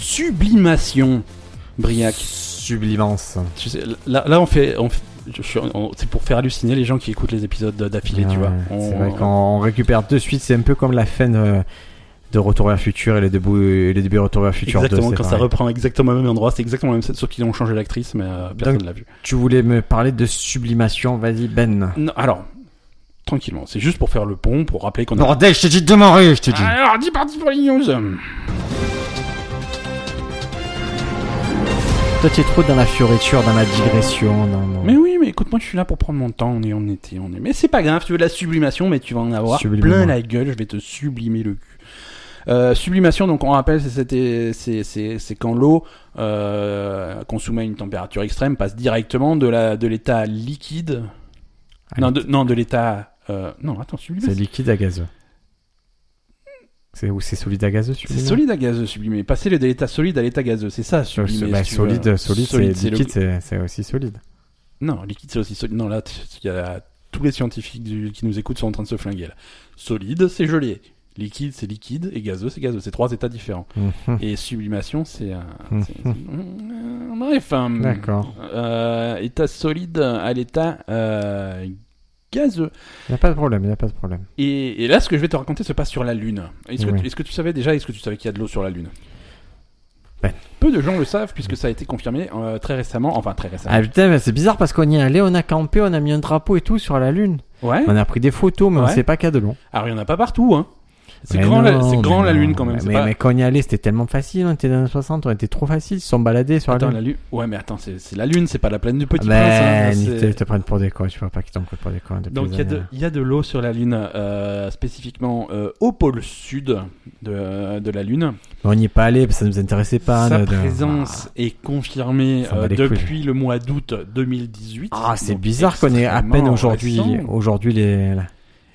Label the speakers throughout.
Speaker 1: sublimation, Briac.
Speaker 2: Sublimance.
Speaker 1: Tu sais, là, là, on fait. on fait- je suis- on- c'est pour faire halluciner les gens qui écoutent les épisodes d'affilée, tu
Speaker 2: Ouais,
Speaker 1: vois.
Speaker 2: C'est
Speaker 1: On-
Speaker 2: vrai qu'on récupère de suite, c'est un peu comme la fin de, de Retour vers le futur et les débuts, et les débuts de Retour vers le futur. 2,
Speaker 1: Exactement,
Speaker 2: c'est
Speaker 1: quand ça
Speaker 2: pareil.
Speaker 1: reprend exactement au même endroit, c'est exactement la même scène, sauf qu'ils ont changé l'actrice, mais euh, personne
Speaker 2: Donc-
Speaker 1: ne l'a vu.
Speaker 2: Tu voulais me parler de sublimation, vas-y Ben.
Speaker 1: Non, alors, tranquillement, c'est juste pour faire le pont, pour rappeler qu'on a Ah,
Speaker 2: Bordel, je t'ai dit de démarrer, je t'ai dit.
Speaker 1: Alors, dis parti pour les news.
Speaker 2: Toi, t'es trop dans la fioriture, dans la digression. Dans, dans-
Speaker 1: Mais oui, mais écoute, moi je suis là pour prendre mon temps, on est, on était, on est. Mais c'est pas grave, tu veux de la sublimation, mais tu vas en avoir
Speaker 2: Sublime-moi.
Speaker 1: plein la gueule, je vais te sublimer le cul. Euh, sublimation, donc on rappelle, c'est- c'était- c'est c'est- c'est quand l'eau euh, consommée à une température extrême passe directement de la de l'état liquide,
Speaker 2: Ah,
Speaker 1: non de, non, de l'état, euh, non attends
Speaker 2: C'est
Speaker 1: sublimé,
Speaker 2: liquide à gazeux. C'est ou c'est solide à gazeux
Speaker 1: c'est
Speaker 2: sublimé
Speaker 1: solide à gazeux sublimé, passer de l'état solide à l'état gazeux, c'est ça
Speaker 2: Bah,
Speaker 1: sublimé. si tu veux.
Speaker 2: solide, solide,
Speaker 1: Solide,
Speaker 2: c'est
Speaker 1: le-
Speaker 2: liquide, c'est- c'est aussi solide.
Speaker 1: Non, liquide, c'est aussi solide. Non, là, t- il y a tous les scientifiques du- qui nous écoutent sont en train de se flinguer. Là. Solide, c'est gelé. Liquide, c'est liquide. Et gazeux, c'est gazeux. C'est trois états différents.
Speaker 2: Mhm.
Speaker 1: Et sublimation, c'est. un
Speaker 2: Mhm.
Speaker 1: c'est- c'est- Bref. hein.
Speaker 2: D'accord.
Speaker 1: Euh, état solide à l'état euh, gazeux.
Speaker 2: Il n'y a pas de problème, il n'y a pas de problème.
Speaker 1: Et, et là, ce que je vais te raconter se passe sur la Lune. Est-ce que,
Speaker 2: Oui.
Speaker 1: tu- est-ce que tu savais déjà, est-ce que tu savais qu'il y a de l'eau sur la Lune
Speaker 2: Ben.
Speaker 1: Peu de gens le savent puisque ça a été confirmé euh, très récemment. Enfin, très récemment.
Speaker 2: Ah putain, mais c'est bizarre parce qu'on y est allé, on a campé, on a mis un drapeau et tout sur la lune.
Speaker 1: Ouais.
Speaker 2: On a pris des photos, mais on
Speaker 1: Ouais.
Speaker 2: sait pas qu'il y a de l'eau.
Speaker 1: Alors, il n'y en a pas partout, hein. C'est
Speaker 2: Mais
Speaker 1: grand, la,
Speaker 2: non,
Speaker 1: c'est
Speaker 2: mais
Speaker 1: grand la
Speaker 2: non.
Speaker 1: Lune quand même.
Speaker 2: Mais,
Speaker 1: c'est pas...
Speaker 2: mais quand on y allait, c'était tellement facile. On était dans les 60, on était trop facile. Ils se sont baladés sur
Speaker 1: Attends,
Speaker 2: la Ah
Speaker 1: la Lune. Ouais, mais attends, c'est, c'est la Lune, c'est pas la plaine du Petit
Speaker 2: Lune.
Speaker 1: Prince. hein,
Speaker 2: ils
Speaker 1: c'est-
Speaker 2: te, te prennent pour des cons. Tu vois pas qu'ils t'en prennent pour des cons. depuis
Speaker 1: Donc,
Speaker 2: des
Speaker 1: il y, a de,
Speaker 2: années.
Speaker 1: il y a de l'eau sur la Lune, euh, spécifiquement euh, au pôle sud de, de la Lune.
Speaker 2: Mais on n'y est pas allé, parce que ça nous intéressait pas.
Speaker 1: Sa
Speaker 2: de- de-
Speaker 1: présence est confirmée
Speaker 2: Ça va
Speaker 1: euh,
Speaker 2: les couilles.
Speaker 1: depuis le mois d'août 2018.
Speaker 2: Ah, c'est
Speaker 1: Donc,
Speaker 2: bizarre qu'on ait à peine
Speaker 1: extrêmement
Speaker 2: aujourd'hui.
Speaker 1: récent.
Speaker 2: Aujourd'hui, les. la-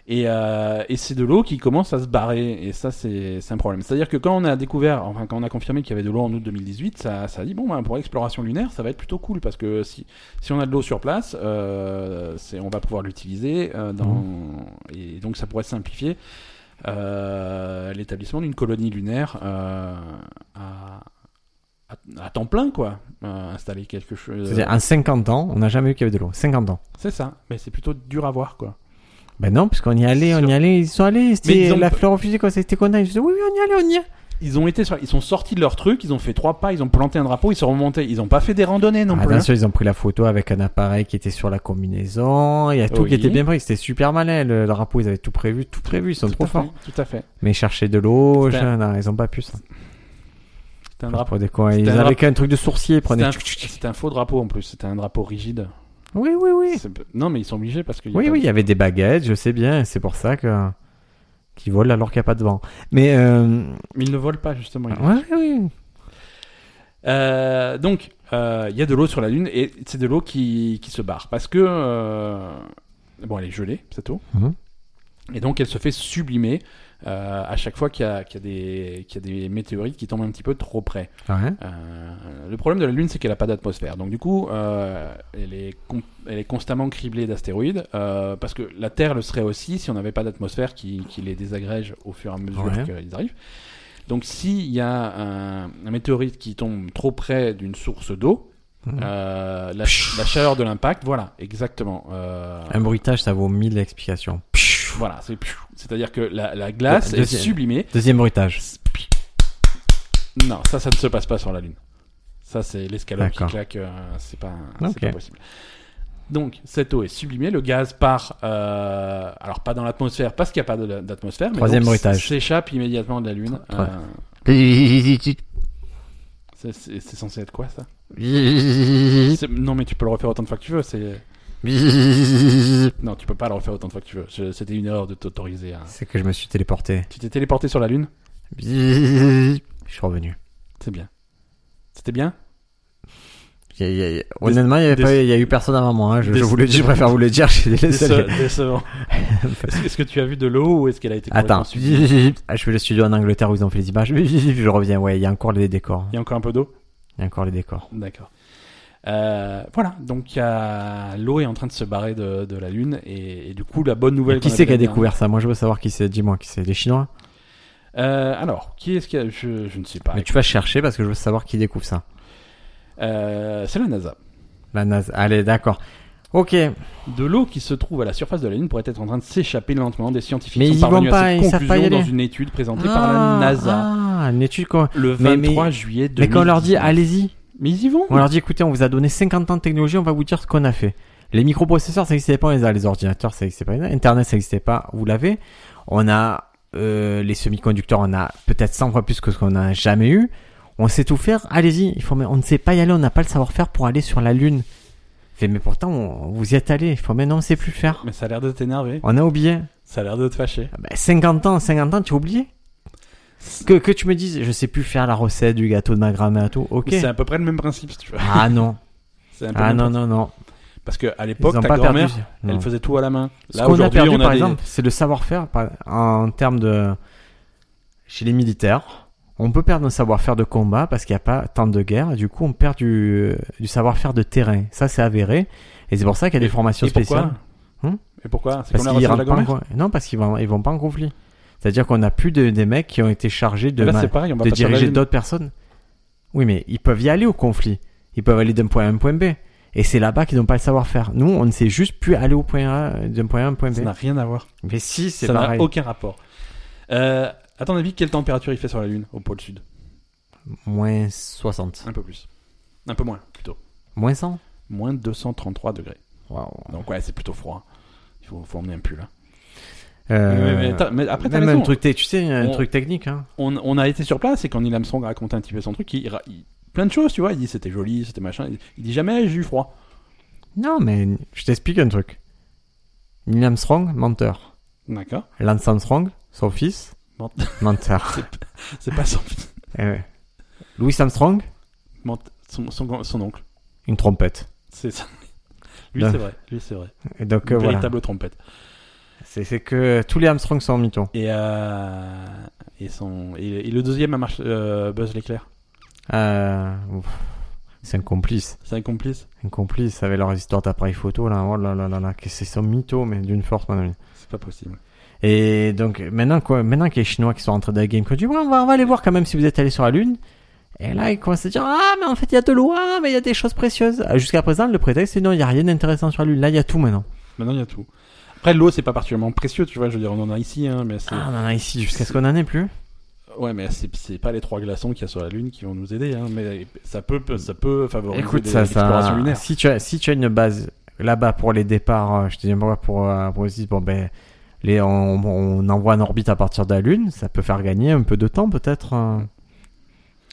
Speaker 1: Et, euh, et c'est de l'eau qui commence à se barrer. Et ça, c'est c'est un problème. C'est-à-dire que quand on a découvert, enfin, quand on a confirmé qu'il y avait de l'eau en août 2018, ça, ça a dit, bon, ben, pour l'exploration lunaire, ça va être plutôt cool. Parce que si, si on a de l'eau sur place, euh, c'est- on va pouvoir l'utiliser. euh, dans- Et donc, ça pourrait simplifier euh, l'établissement d'une colonie lunaire euh, à, à- à temps plein, quoi. Euh, installer quelque chose. euh,
Speaker 2: C'est-à-dire, en 50 ans, on n'a jamais vu qu'il y avait de l'eau. 50 ans.
Speaker 1: C'est ça. Mais c'est plutôt dur à voir, quoi.
Speaker 2: Ben non, parce qu'on y allait, on y allait, ils sont allés.
Speaker 1: Mais ils
Speaker 2: C'était
Speaker 1: ont-
Speaker 2: la fleur au fusil, quoi. C'était qu'on a. Ils disaient, oui, oui, on y allait, on y est.
Speaker 1: Ils ont été sur- ils sont sortis de leur truc, ils ont fait trois pas, ils ont planté un drapeau, ils sont remontés. Ils ont pas fait des randonnées non
Speaker 2: Ah,
Speaker 1: plus.
Speaker 2: bien
Speaker 1: hein.
Speaker 2: sûr, ils ont pris la photo avec un appareil qui était sur la combinaison. Il y a tout
Speaker 1: Oui.
Speaker 2: qui était bien pris. C'était super malin. Le drapeau, ils avaient tout prévu, tout prévu. Ils sont
Speaker 1: Tout
Speaker 2: trop
Speaker 1: à fait,
Speaker 2: forts.
Speaker 1: Tout à fait.
Speaker 2: Mais chercher de l'eau,
Speaker 1: C'était
Speaker 2: je- non, ils ont pas pu ça.
Speaker 1: C'était un drapeau.
Speaker 2: Pour des cons. Ils
Speaker 1: C'était un
Speaker 2: avaient
Speaker 1: drapeau.
Speaker 2: qu'un truc de sourcier. ils
Speaker 1: C'était
Speaker 2: prenaient-
Speaker 1: un, c'était un faux drapeau en plus, c'était un drapeau rigide.
Speaker 2: Oui, oui, oui.
Speaker 1: C'est- Non mais ils sont obligés parce que.
Speaker 2: Oui, oui, il y avait des baguettes, je sais bien. C'est pour ça que qu'ils volent alors qu'il n'y a pas de vent. Mais euh...
Speaker 1: Ils ne volent pas justement. ils-
Speaker 2: Ah ouais, oui, oui.
Speaker 1: Euh, donc euh, il y a de l'eau sur la lune et c'est de l'eau qui, qui se barre parce que euh, bon elle est gelée cette eau
Speaker 2: Mhm.
Speaker 1: et donc elle se fait sublimer euh, à chaque fois qu'il y, a- qu'il y a des- qu'il y a des météorites qui tombent un petit peu trop près.
Speaker 2: Ouais.
Speaker 1: Euh, le problème de la Lune, c'est qu'elle n'a pas d'atmosphère. Donc, du coup, euh, elle, est con- elle est constamment criblée d'astéroïdes, euh, parce que la Terre le serait aussi si on n'avait pas d'atmosphère qui, qui les désagrège au fur et à mesure
Speaker 2: Ouais.
Speaker 1: qu'ils arrivent. Donc, s'il y a un, un météorite qui tombe trop près d'une source d'eau,
Speaker 2: Mhm.
Speaker 1: euh, la, ch- la chaleur de l'impact, voilà, exactement. Euh,
Speaker 2: Un bruitage, ça vaut mille explications.
Speaker 1: voilà, c'est- c'est-à-dire que la, la glace
Speaker 2: Le-
Speaker 1: est
Speaker 2: deuxième.
Speaker 1: sublimée.
Speaker 2: Deuxième bruitage.
Speaker 1: Non, ça, ça ne se passe pas sur la Lune. Ça, c'est l'escalope qui
Speaker 2: D'accord.
Speaker 1: claque. euh, c'est pas,
Speaker 2: Ok.
Speaker 1: c'est pas possible. Donc, cette eau est sublimée. Le gaz part, euh, alors pas dans l'atmosphère, parce qu'il n'y a pas de- d'atmosphère, mais
Speaker 2: Troisième
Speaker 1: donc
Speaker 2: bruitage.
Speaker 1: s'échappe immédiatement de la Lune.
Speaker 2: Ouais.
Speaker 1: Euh, c'est- c'est c'est censé être quoi ça C'est- Non, mais tu peux le refaire autant de fois que tu veux. C'est non, tu peux pas le refaire autant de fois que tu veux. Je- C'était une erreur de t'autoriser. à-
Speaker 2: C'est que je me suis téléporté.
Speaker 1: Tu t'es téléporté sur la Lune.
Speaker 2: Je suis revenu.
Speaker 1: C'est bien. C'était bien.
Speaker 2: Y a- y a- y a- Honnêtement, il y, avait
Speaker 1: des-
Speaker 2: pas- y a eu personne avant moi. hein. Je,
Speaker 1: des-
Speaker 2: je vous le dis, je préfère vous le dire. Je suis les seuls.
Speaker 1: Déce- Décevant. Est-ce que- est-ce que tu as vu de l'eau ou est-ce qu'elle a été complètement
Speaker 2: Attends,
Speaker 1: sublimée
Speaker 2: Ah, je fais le studio en Angleterre où ils ont fait les images. Je reviens, ouais, il y a encore les décors.
Speaker 1: Il y a encore un peu d'eau.
Speaker 2: Il y a encore les décors.
Speaker 1: D'accord. Euh, voilà, donc il y a- l'eau est en train de se barrer de, de la Lune et, et du coup la bonne nouvelle.
Speaker 2: qui
Speaker 1: qu'on hein.
Speaker 2: c'est qui a
Speaker 1: avait-
Speaker 2: découvert ça Moi, je veux savoir qui c'est. Dis-moi, qui c'est Les Chinois
Speaker 1: Euh, alors, qui est-ce qu'il y a je, je ne sais pas.
Speaker 2: Mais tu vas chercher parce que je veux savoir qui découvre ça.
Speaker 1: Euh, c'est la NASA.
Speaker 2: La NASA. Allez, d'accord. Ok.
Speaker 1: De l'eau qui se trouve à la surface de la Lune pourrait être en train de s'échapper lentement. Des scientifiques
Speaker 2: Mais ils
Speaker 1: sont
Speaker 2: y
Speaker 1: parvenus
Speaker 2: vont
Speaker 1: à cette
Speaker 2: pas, ils savent pas y
Speaker 1: conclusion dans
Speaker 2: aller.
Speaker 1: une étude présentée par la NASA
Speaker 2: Ah, une étude quoi.
Speaker 1: le
Speaker 2: Mais-
Speaker 1: 23
Speaker 2: mais-
Speaker 1: juillet 2019.
Speaker 2: Mais quand on leur dit allez-y,
Speaker 1: Mais ils y vont
Speaker 2: on leur dit écoutez, on vous a donné 50 ans de technologie, on va vous dire ce qu'on a fait. Les microprocesseurs, ça n'existait pas, on les a. Les ordinateurs, ça n'existait pas, on les a. Internet, ça n'existait pas, vous l'avez. On a euh, les semi-conducteurs, on a peut-être 100 fois plus que ce qu'on n'a jamais eu. On sait tout faire, allez-y. Il faut, mais on ne sait pas y aller, on n'a pas le savoir-faire pour aller sur la Lune. Fait, mais pourtant, on- vous y êtes allé. Il faut, mais non, on ne sait plus le faire.
Speaker 1: Mais ça a l'air de t'énerver.
Speaker 2: On a oublié.
Speaker 1: Ça a l'air de te fâcher.
Speaker 2: Ah bah, 50 ans, 50 ans, tu as oublié que, que tu me dises, je sais plus faire la recette du gâteau de ma grand-mère et tout, ok.
Speaker 1: Mais C'est à peu près le même principe, si tu veux.
Speaker 2: Ah non,
Speaker 1: C'est un peu
Speaker 2: ah
Speaker 1: le même
Speaker 2: non, non, non.
Speaker 1: principe. Parce qu'à
Speaker 2: Ils ont
Speaker 1: l'époque, ta
Speaker 2: pas perdu.
Speaker 1: grand-mère,
Speaker 2: Non.
Speaker 1: elle faisait tout à la main.
Speaker 2: Ce
Speaker 1: Là,
Speaker 2: qu'on a
Speaker 1: aujourd'hui,
Speaker 2: perdu,
Speaker 1: on a
Speaker 2: par
Speaker 1: des-
Speaker 2: exemple, c'est le savoir-faire par- en termes de. Chez les militaires, on peut perdre un savoir-faire de combat parce qu'il n'y a pas tant de guerre. et Du coup, on perd du, euh, du savoir-faire de terrain. Ça, c'est avéré. Et c'est pour ça qu'il y a des formations
Speaker 1: Et pourquoi
Speaker 2: spéciales. Hum
Speaker 1: Et pourquoi C'est qu'on
Speaker 2: Parce
Speaker 1: la
Speaker 2: qu'ils
Speaker 1: reçoit de
Speaker 2: rentrent
Speaker 1: la
Speaker 2: pas en
Speaker 1: grand-mère
Speaker 2: con- Non, parce qu'ils vont, ils vont pas en conflit. C'est-à-dire qu'on n'a plus de, des mecs qui ont été chargés de,
Speaker 1: Et Là,
Speaker 2: ma-
Speaker 1: Eh ben, c'est pareil, on va
Speaker 2: de
Speaker 1: pas sur la
Speaker 2: diriger
Speaker 1: Lune.
Speaker 2: d'autres personnes. Oui, mais ils peuvent y aller au conflit. Ils peuvent aller d'un point A à un point B. Et c'est là-bas qu'ils n'ont pas le savoir-faire. Nous, on ne sait juste plus aller au point A, d'un point A à un point B.
Speaker 1: Ça n'a rien à voir.
Speaker 2: Mais si, c'est
Speaker 1: Ça n'a
Speaker 2: pareil.
Speaker 1: aucun rapport. Euh, à ton avis, quelle température il fait sur la Lune au pôle sud
Speaker 2: Moins 60.
Speaker 1: Un peu plus. Un peu moins, plutôt.
Speaker 2: Moins 100
Speaker 1: Moins 233 degrés. Donc, ouais, c'est plutôt froid. Il faut, faut emmener un pull. hein. Mais, mais t'as- mais après, t'as
Speaker 2: Euh, même
Speaker 1: raison.
Speaker 2: un truc, te- tu sais, un
Speaker 1: On-
Speaker 2: truc technique. Hein.
Speaker 1: On, on a été sur place et quand Neil Armstrong raconte un petit peu son truc, il, ra- il- plein de choses, tu vois. Il dit c'était joli, c'était machin. Il, il dit jamais j'ai eu froid.
Speaker 2: Non, mais je t'explique un truc. Neil Armstrong, menteur.
Speaker 1: D'accord.
Speaker 2: Lance Armstrong, son fils,
Speaker 1: Ment-
Speaker 2: menteur.
Speaker 1: C'est pas son,
Speaker 2: Eh ouais. Louis Armstrong,
Speaker 1: ment- son, son, son oncle.
Speaker 2: une trompette.
Speaker 1: C'est ça. Lui,
Speaker 2: Non.
Speaker 1: c'est vrai. Lui, c'est vrai.
Speaker 2: Et donc, euh,
Speaker 1: Une
Speaker 2: voilà.
Speaker 1: véritable trompette.
Speaker 2: C'est c'est que tous les Armstrong sont en mythos.
Speaker 1: Et, euh, et, son, et, et le deuxième à marche, euh, Buzz l'éclair.
Speaker 2: Euh, ouf. C'est un complice.
Speaker 1: C'est un complice.
Speaker 2: Un complice avec leur histoire d'appareil photo, là. Oh là là là là. que C'est son mytho, mais d'une force, mon ami.
Speaker 1: C'est pas possible.
Speaker 2: Et donc maintenant quoi, maintenant qu'il y a les Chinois qui sont rentrés dans la game, qu'on dit ouais, on va, on va aller voir quand même si vous êtes allé sur la Lune. Et là ils commencent à dire ah mais en fait il y a de l'eau, ah, mais il y a des choses précieuses. Ah, Jusqu'à présent le prétexte c'est non il y a rien d'intéressant sur la Lune, là il y a tout maintenant.
Speaker 1: Maintenant, il y a tout. Après, l'eau, c'est pas particulièrement précieux, tu vois. Je veux dire, on en a ici, hein, mais c'est.
Speaker 2: Ah on en a ici jusqu'à ce qu'on en ait plus.
Speaker 1: Ouais, mais c'est c'est pas les trois glaçons qu'il y a sur la Lune qui vont nous aider, hein. Mais ça peut, ça peut favoriser
Speaker 2: Écoute
Speaker 1: des-
Speaker 2: ça
Speaker 1: l'exploration
Speaker 2: ça.
Speaker 1: lunaire.
Speaker 2: Si tu as si tu as une base là-bas pour les départs, euh, je te dis moi pour euh, pour aussi bon ben les on, on envoie en orbite à partir de la Lune, ça peut faire gagner un peu de temps peut-être. euh.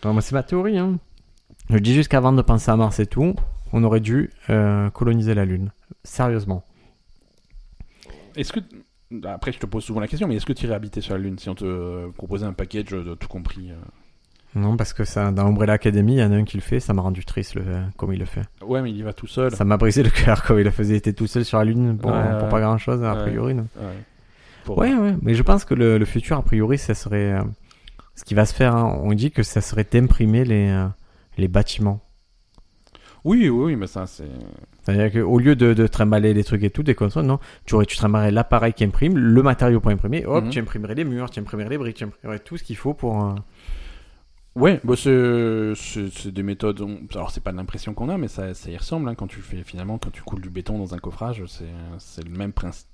Speaker 2: Non, moi, c'est ma théorie. Hein. Je dis juste qu'avant de penser à Mars et tout, on aurait dû euh, coloniser la Lune. Sérieusement.
Speaker 1: Est-ce que. Après, je te pose souvent la question, mais est-ce que tu irais habiter sur la Lune si on te euh, proposait un package de tout compris euh
Speaker 2: Non, parce que ça, dans Umbrella Academy, il y en a un qui le fait, ça m'a rendu triste le, euh, comme il le fait.
Speaker 1: Ouais, mais il y va tout seul.
Speaker 2: Ça m'a brisé le cœur comme il le faisait, il était tout seul sur la Lune pour,
Speaker 1: Ouais,
Speaker 2: pour
Speaker 1: ouais.
Speaker 2: pas grand chose, a
Speaker 1: Ouais.
Speaker 2: priori. non.
Speaker 1: Ouais. Pour-
Speaker 2: Ouais, ouais, mais je pense que le, le futur, a priori, ça serait. euh, ce qui va se faire, hein, on dit que ça serait d'imprimer les, euh, les bâtiments.
Speaker 1: Oui, oui, oui, mais ça, c'est.
Speaker 2: C'est-à-dire qu'au lieu de, de trimballer les trucs et tout, des consoles, non, tu, aurais, tu trimballerais l'appareil qui imprime, le matériau pour imprimer, hop,
Speaker 1: Mhm.
Speaker 2: tu imprimerais les murs, tu imprimerais les briques, tu imprimerais tout ce qu'il faut pour. euh,
Speaker 1: Ouais, bah c'est c'est- c'est des méthodes. on- Alors c'est pas l'impression qu'on a, mais ça, ça y ressemble. hein, quand tu fais finalement, quand tu coules du béton dans un coffrage, c'est c'est le même principe.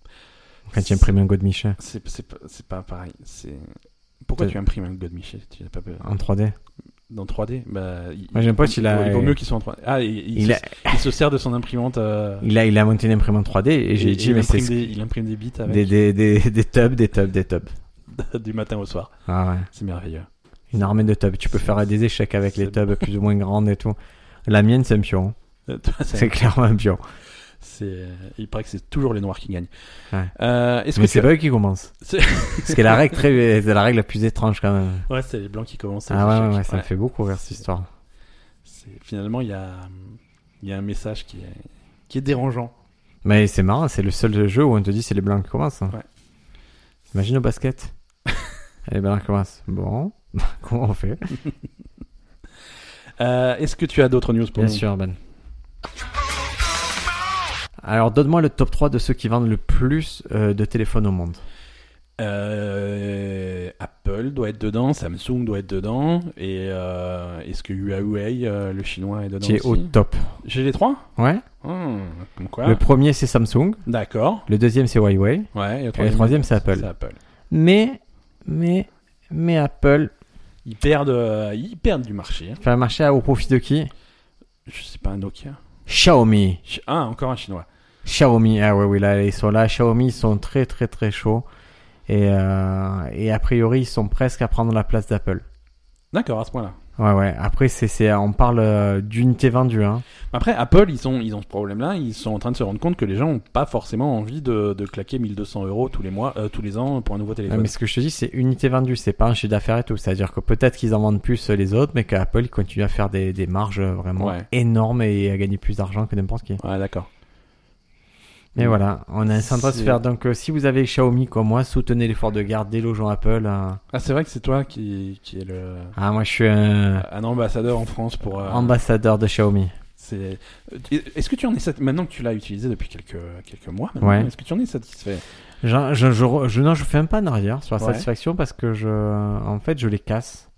Speaker 2: quand tu imprimes un Godmiché
Speaker 1: C'est c'est pas- c'est pas pareil. C'est pourquoi
Speaker 2: Peut-
Speaker 1: tu imprimes un God Michel Tu n'as pas peur
Speaker 2: en 3D.
Speaker 1: dans 3D bah, il,
Speaker 2: Moi, j'ai un pote, il a-
Speaker 1: il vaut mieux qu'ils soient en 3D. Ah, il, il
Speaker 2: Il
Speaker 1: se,
Speaker 2: a,
Speaker 1: il se sert de son imprimante. euh,
Speaker 2: il, a, il a monté une imprimante 3D et j'ai
Speaker 1: et-
Speaker 2: dit,
Speaker 1: il
Speaker 2: mais c'est.
Speaker 1: imprime des, il imprime des bits avec
Speaker 2: Des, des, des, des tubs, des tubs, des tubs.
Speaker 1: du matin au soir.
Speaker 2: Ah ouais.
Speaker 1: C'est merveilleux.
Speaker 2: Une armée de tubs. Tu peux faire des échecs avec les
Speaker 1: C'est
Speaker 2: tubs plus ou moins grandes et tout. La mienne, c'est un pion.
Speaker 1: Euh, toi, c'est-
Speaker 2: C'est clairement un pion.
Speaker 1: c'est- euh, il paraît que c'est toujours les noirs qui gagnent.
Speaker 2: Ouais.
Speaker 1: Euh, Est-ce que
Speaker 2: Mais c'est
Speaker 1: tu...
Speaker 2: pas eux qui commencent.
Speaker 1: C'est-
Speaker 2: Parce que la règle, très, c'est la règle la plus étrange quand même.
Speaker 1: ouais, c'est les blancs qui commencent.
Speaker 2: Ah
Speaker 1: les
Speaker 2: ouais, ouais,
Speaker 1: échecs.
Speaker 2: ouais, ça me
Speaker 1: Ouais.
Speaker 2: fait beaucoup rire cette histoire.
Speaker 1: C'est- Finalement, il y a, il y a un message qui est, qui est dérangeant.
Speaker 2: Mais c'est marrant, c'est le seul jeu où on te dit c'est les blancs qui commencent. hein.
Speaker 1: Ouais.
Speaker 2: Imagine au basket. les blancs commencent. Bon, comment on fait
Speaker 1: Euh, Est-ce que tu as d'autres news pour
Speaker 2: Bien
Speaker 1: nous
Speaker 2: sûr, Ben. Alors donne-moi le top 3 de ceux qui vendent le plus euh, de téléphones au monde.
Speaker 1: Euh, Apple, doit être dedans, Samsung doit être dedans, et euh, est-ce que Huawei, euh, le chinois, est dedans
Speaker 2: Tu es au
Speaker 1: aussi
Speaker 2: top.
Speaker 1: J'ai les trois
Speaker 2: Ouais.
Speaker 1: Hmm, Comme quoi
Speaker 2: Le premier, c'est Samsung.
Speaker 1: D'accord.
Speaker 2: Le deuxième, c'est Huawei.
Speaker 1: Ouais, et le
Speaker 2: Et le
Speaker 1: troisième,
Speaker 2: troisième, c'est Apple.
Speaker 1: c'est Apple.
Speaker 2: Mais, mais, mais Apple
Speaker 1: Ils perdent, euh, ils perdent du marché. hein.
Speaker 2: fait un marché au profit de qui
Speaker 1: Je sais pas, un Nokia.
Speaker 2: Xiaomi.
Speaker 1: Chi- Ah, encore un chinois.
Speaker 2: Xiaomi, ah ouais, oui, là, ils sont là. Xiaomi, ils sont très, très, très chauds. Et, euh, et a priori, ils sont presque à prendre la place d'Apple.
Speaker 1: D'accord, à ce point-là.
Speaker 2: Ouais, ouais. Après, c'est, c'est, on parle euh, d'unité vendue, hein.
Speaker 1: Après, Apple, ils, ont ils ont ce problème-là. Ils sont en train de se rendre compte que les gens n'ont pas forcément envie de, de claquer 1200 euros tous les mois, euh, tous les ans pour un nouveau
Speaker 2: Non,
Speaker 1: téléphone.
Speaker 2: Ah, mais ce que je te dis, c'est unité vendue, c'est pas un chiffre d'affaires et tout. C'est-à-dire que peut-être qu'ils en vendent plus euh, les autres, mais qu'Apple ils continue à faire des, des marges euh, vraiment
Speaker 1: Ouais.
Speaker 2: énormes et à gagner plus d'argent que n'importe qui.
Speaker 1: Ouais, d'accord.
Speaker 2: Mais voilà, on a un centre à se
Speaker 1: Mm. C'est-
Speaker 2: faire. Donc euh, si vous avez Xiaomi comme moi, soutenez l'effort de garde, délogeons Apple. euh.
Speaker 1: Ah, c'est vrai que c'est toi qui, qui est le,
Speaker 2: Ah, moi je suis un
Speaker 1: un ambassadeur en France pour. euh,
Speaker 2: ambassadeur de Xiaomi.
Speaker 1: c'est- euh, Est-ce que tu en es sat- maintenant que tu l'as utilisé depuis quelques, quelques mois maintenant,
Speaker 2: Ouais.
Speaker 1: Est-ce que tu en es satisfait
Speaker 2: Je, je, je, re- je- non, je fais un pas en arrière sur la
Speaker 1: Ouais.
Speaker 2: satisfaction parce que je, en fait, je les casse.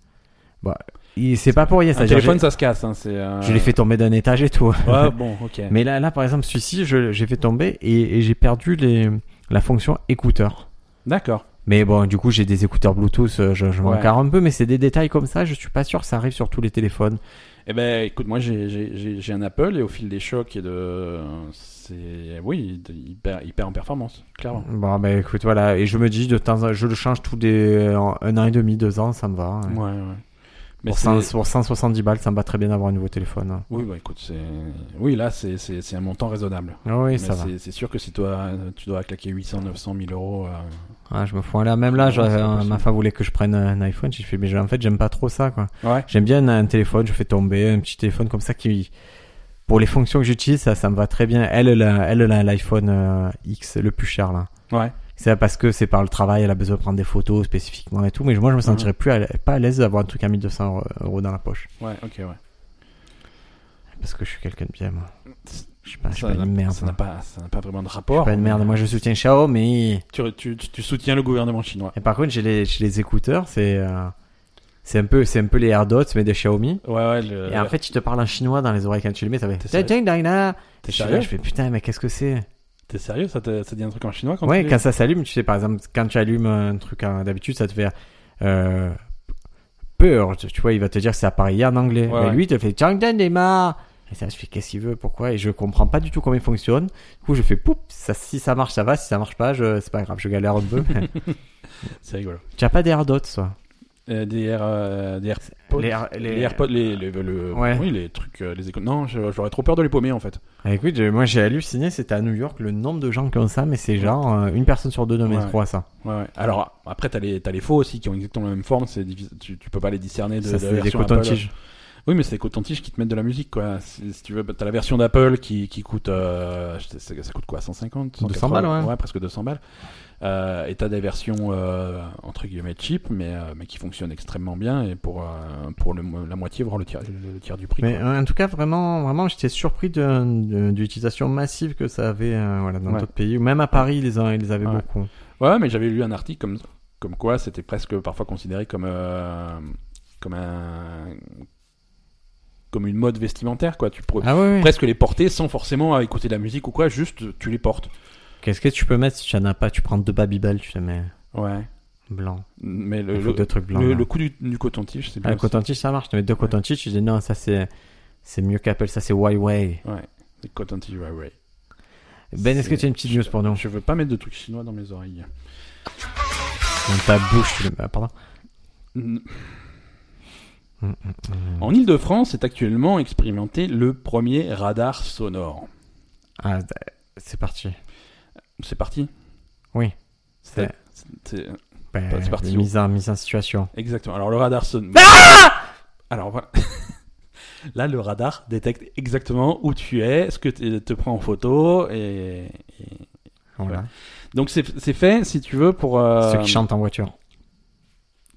Speaker 2: Bah, il- c'est pas pour rien,
Speaker 1: Un
Speaker 2: c'est-à-dire
Speaker 1: téléphone,
Speaker 2: j'ai-
Speaker 1: ça se casse. Hein, c'est, euh,
Speaker 2: je les fais tomber d'un étage et tout.
Speaker 1: Ouais, bon, ok.
Speaker 2: Mais là, là, par exemple, celui-ci, je- j'ai fait tomber et, et j'ai perdu les, la fonction écouteur.
Speaker 1: D'accord.
Speaker 2: Mais bon, du coup, j'ai des écouteurs Bluetooth, euh, je, je m'en
Speaker 1: Ouais.
Speaker 2: carre un peu, mais c'est des détails comme ça, je suis pas sûr que ça arrive sur tous les téléphones.
Speaker 1: Eh ben, écoute, moi, j'ai- j'ai j'ai- j'ai un Apple et au fil des chocs et de, c'est, oui, de- il perd, il perd en performance, clairement.
Speaker 2: Bon, bah écoute, voilà, et je me dis, de temps en je le change tous les euh, en un an et demi, deux ans, ça me va. hein.
Speaker 1: Ouais, ouais. Mais
Speaker 2: Pour,
Speaker 1: c'est-
Speaker 2: 100 pour 170 balles, ça me va très bien d'avoir un nouveau téléphone. hein.
Speaker 1: Oui, bah écoute, c'est, oui, là, c'est- c'est c'est un montant raisonnable.
Speaker 2: Ah oui,
Speaker 1: Mais
Speaker 2: ça va.
Speaker 1: c'est- C'est sûr que si toi, tu dois claquer 800, 900, 1000 euros. euh,
Speaker 2: Ah, je me fous. Là, même là,
Speaker 1: Ouais,
Speaker 2: j'aurais-
Speaker 1: c'est pas
Speaker 2: ma
Speaker 1: possible.
Speaker 2: femme voulait que je prenne un iPhone. J'ai fait, mais j'ai- en fait, j'aime pas trop ça, quoi.
Speaker 1: Ouais.
Speaker 2: J'aime bien un téléphone, je fais tomber un petit téléphone comme ça qui, pour les fonctions que j'utilise, ça, ça me va très bien. Elle, elle a, elle, elle a l'iPhone euh, X, le plus cher là.
Speaker 1: Ouais.
Speaker 2: C'est parce que c'est par le travail, elle a besoin de prendre des photos spécifiquement et tout. Mais moi,
Speaker 1: Mhm.
Speaker 2: je me sentirais plus à l- pas à l'aise d'avoir un truc à 1200 euros- euros dans la poche.
Speaker 1: Ouais, ok, ouais.
Speaker 2: Parce que je suis quelqu'un de bien, moi. Je suis pas, je suis
Speaker 1: Ça
Speaker 2: pas
Speaker 1: n'a-
Speaker 2: une merde.
Speaker 1: Ça n'a
Speaker 2: moi.
Speaker 1: pas, ça n'a pas vraiment de
Speaker 2: Je suis
Speaker 1: rapport.
Speaker 2: pas une merde. Moi, je soutiens Xiaomi.
Speaker 1: Tu, tu, tu- tu soutiens le gouvernement chinois.
Speaker 2: Et par contre, j'ai les, j'ai les écouteurs, c'est, euh, c'est un peu, c'est un peu les AirDots, mais des Xiaomi.
Speaker 1: Ouais, ouais. le-
Speaker 2: Et en fait, tu te parles en chinois dans les oreilles quand tu les mets, ça fait.
Speaker 1: Euh, T'es
Speaker 2: Tiens,
Speaker 1: sérieux
Speaker 2: tiens, dang, dang.
Speaker 1: t'es
Speaker 2: Je suis là,
Speaker 1: sérieux
Speaker 2: Je fais putain, mais qu'est-ce que c'est
Speaker 1: T'es sérieux ça, te- ça dit un truc en chinois quand
Speaker 2: Ouais,
Speaker 1: tu-
Speaker 2: quand ça s'allume, tu sais, par exemple, quand tu allumes un truc hein, d'habitude, ça te fait euh, peur. Tu tu vois, il va te dire que c'est appareillé en anglais.
Speaker 1: Ouais,
Speaker 2: mais
Speaker 1: ouais.
Speaker 2: lui, il te fait Chang Dan Dema. Et ça, je fais qu'est-ce qu'il veut, pourquoi Et je comprends pas du tout comment il fonctionne. Du coup, je fais poup, ça, si ça marche, ça va, si ça marche pas, je, c'est pas grave, je galère un peu. mais-
Speaker 1: C'est rigolo.
Speaker 2: tu as pas d'air d'autres, toi
Speaker 1: Euh, des, Air, euh, des AirPods.
Speaker 2: Les Air- les-
Speaker 1: Les AirPods, les, les, le-
Speaker 2: Ouais.
Speaker 1: oui, les trucs, euh, les éco- Non, je- j'aurais trop peur de les paumer en fait.
Speaker 2: Ah, écoute, j'ai- moi j'ai halluciné, c'était à New York, le nombre de gens qui ont ça, mais c'est genre euh, une personne sur deux ne met
Speaker 1: Ouais.
Speaker 2: trois, ça.
Speaker 1: Ouais, ouais. Alors après, t'as les, t'as les faux aussi qui ont exactement la même forme. C'est difficile- tu, tu peux pas les discerner de,
Speaker 2: ça
Speaker 1: de la
Speaker 2: c'est des
Speaker 1: version Apple.
Speaker 2: cotons-tiges.
Speaker 1: Oui, mais c'est les cotons-tiges qui te mettent de la musique quoi. Si, si tu veux, bah, t'as la version d'Apple qui, qui coûte, euh, je sais- ça, ça coûte quoi, 150,
Speaker 2: 200
Speaker 1: 180,
Speaker 2: balles, ouais.
Speaker 1: presque 200 balles. Euh, et t'as des versions euh, entre guillemets cheap, mais euh, mais qui fonctionnent extrêmement bien et pour euh, pour le mo- la moitié voire le tiers le tiers du prix.
Speaker 2: Mais
Speaker 1: quoi.
Speaker 2: euh, en tout cas, vraiment, vraiment, j'étais surpris de, de- de l'utilisation massive que ça avait euh, voilà, dans
Speaker 1: Ouais.
Speaker 2: d'autres pays. Même à Paris, ils, les ont- ils les avaient
Speaker 1: Ouais.
Speaker 2: beaucoup.
Speaker 1: Ouais, mais j'avais lu un article comme, comme quoi c'était presque parfois considéré comme, euh, comme, un, comme une mode vestimentaire, quoi. Tu pourrais
Speaker 2: Ah ouais, ouais.
Speaker 1: presque les porter sans forcément euh, écouter de la musique ou quoi, juste tu les portes.
Speaker 2: Qu'est-ce que tu peux mettre si tu n'en as pas Tu prends deux Babybel, tu les mets
Speaker 1: Ouais.
Speaker 2: blanc.
Speaker 1: Mais
Speaker 2: Le,
Speaker 1: le, le,
Speaker 2: deux trucs blancs.
Speaker 1: le-
Speaker 2: là.
Speaker 1: le coup du, du coton-tige, c'est
Speaker 2: Ah,
Speaker 1: bien.
Speaker 2: le coton-tige, ça marche. Tu mets deux coton-tiges, tu dis non, ça c'est. C'est mieux qu'Apple, ça c'est Huawei.
Speaker 1: aussi. Ouais. Le coton-tige, ouais, ouais.
Speaker 2: Ben, est-ce que
Speaker 1: C'est-
Speaker 2: tu as une petite news pour nous
Speaker 1: Je veux pas mettre de trucs chinois dans mes oreilles.
Speaker 2: Dans ta bouche, tu le- ah, pardon.
Speaker 1: N-
Speaker 2: Mm, mm,
Speaker 1: En Ile-de-France est actuellement expérimenté le premier radar sonore.
Speaker 2: Ah, c'est parti.
Speaker 1: C'est parti
Speaker 2: Oui.
Speaker 1: C'est- c'est-
Speaker 2: Ben,
Speaker 1: C'est parti.
Speaker 2: Mise en, mise en situation.
Speaker 1: Exactement. Alors le radar sonne.
Speaker 2: Ah
Speaker 1: Alors voilà. Là, le radar détecte exactement où tu es, ce que tu te prends en photo. Et, et-
Speaker 2: Voilà.
Speaker 1: Donc c'est c'est fait, si tu veux, pour... euh,
Speaker 2: Ceux qui chantent en voiture.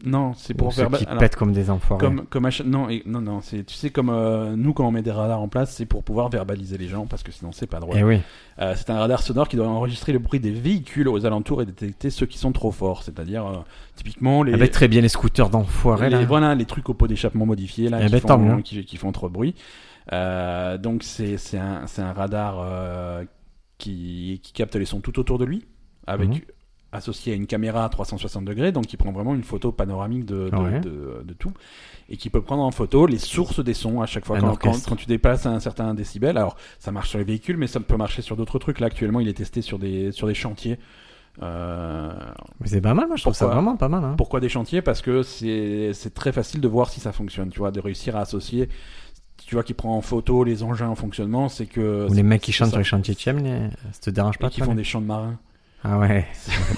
Speaker 1: Non, c'est pour
Speaker 2: Pour ceux
Speaker 1: faire ba-
Speaker 2: qui
Speaker 1: alors,
Speaker 2: pètent comme des enfoirés.
Speaker 1: comme comme à cha- non et- non non c'est tu sais comme euh, nous quand on met des radars en place c'est pour pouvoir verbaliser les gens parce que sinon c'est pas drôle.
Speaker 2: Eh oui.
Speaker 1: Euh, c'est un radar sonore qui doit enregistrer le bruit des véhicules aux alentours et détecter ceux qui sont trop forts, c'est-à-dire euh, typiquement les
Speaker 2: Avec très bien les scooters d'enfoirés,
Speaker 1: les,
Speaker 2: là.
Speaker 1: voilà, les trucs au pot d'échappement modifiés là,
Speaker 2: Eh
Speaker 1: qui,
Speaker 2: ben, tant
Speaker 1: font,
Speaker 2: mieux.
Speaker 1: qui, qui font trop de bruit. Euh, donc c'est c'est un, c'est un radar euh, qui, qui capte les sons tout autour de lui, avec
Speaker 2: Mhm.
Speaker 1: associé à une caméra à 360 degrés, donc qui prend vraiment une photo panoramique de, de,
Speaker 2: Ouais.
Speaker 1: de- de tout, et qui peut prendre en photo les sources des sons à chaque fois
Speaker 2: Un
Speaker 1: quand, quand,
Speaker 2: orchestre.
Speaker 1: quand tu dépasses un certain décibel. Alors ça marche sur les véhicules, mais ça peut marcher sur d'autres trucs. Là actuellement, il est testé sur des sur des chantiers. Euh,
Speaker 2: Mais c'est pas mal, moi, je trouve ça
Speaker 1: Pourquoi
Speaker 2: vraiment pas mal. Hein.
Speaker 1: pourquoi des chantiers Parce que c'est c'est très facile de voir si ça fonctionne, tu vois, de réussir à associer. Tu vois, qui prend en photo les engins en fonctionnement, c'est que.
Speaker 2: Ou les mecs qui
Speaker 1: c'est
Speaker 2: chantent
Speaker 1: ça.
Speaker 2: sur les chantiers, tu aimes, les- ça te dérange
Speaker 1: Et
Speaker 2: pas
Speaker 1: qui
Speaker 2: toi,
Speaker 1: font
Speaker 2: les-
Speaker 1: des chants de marins.
Speaker 2: Ah ouais.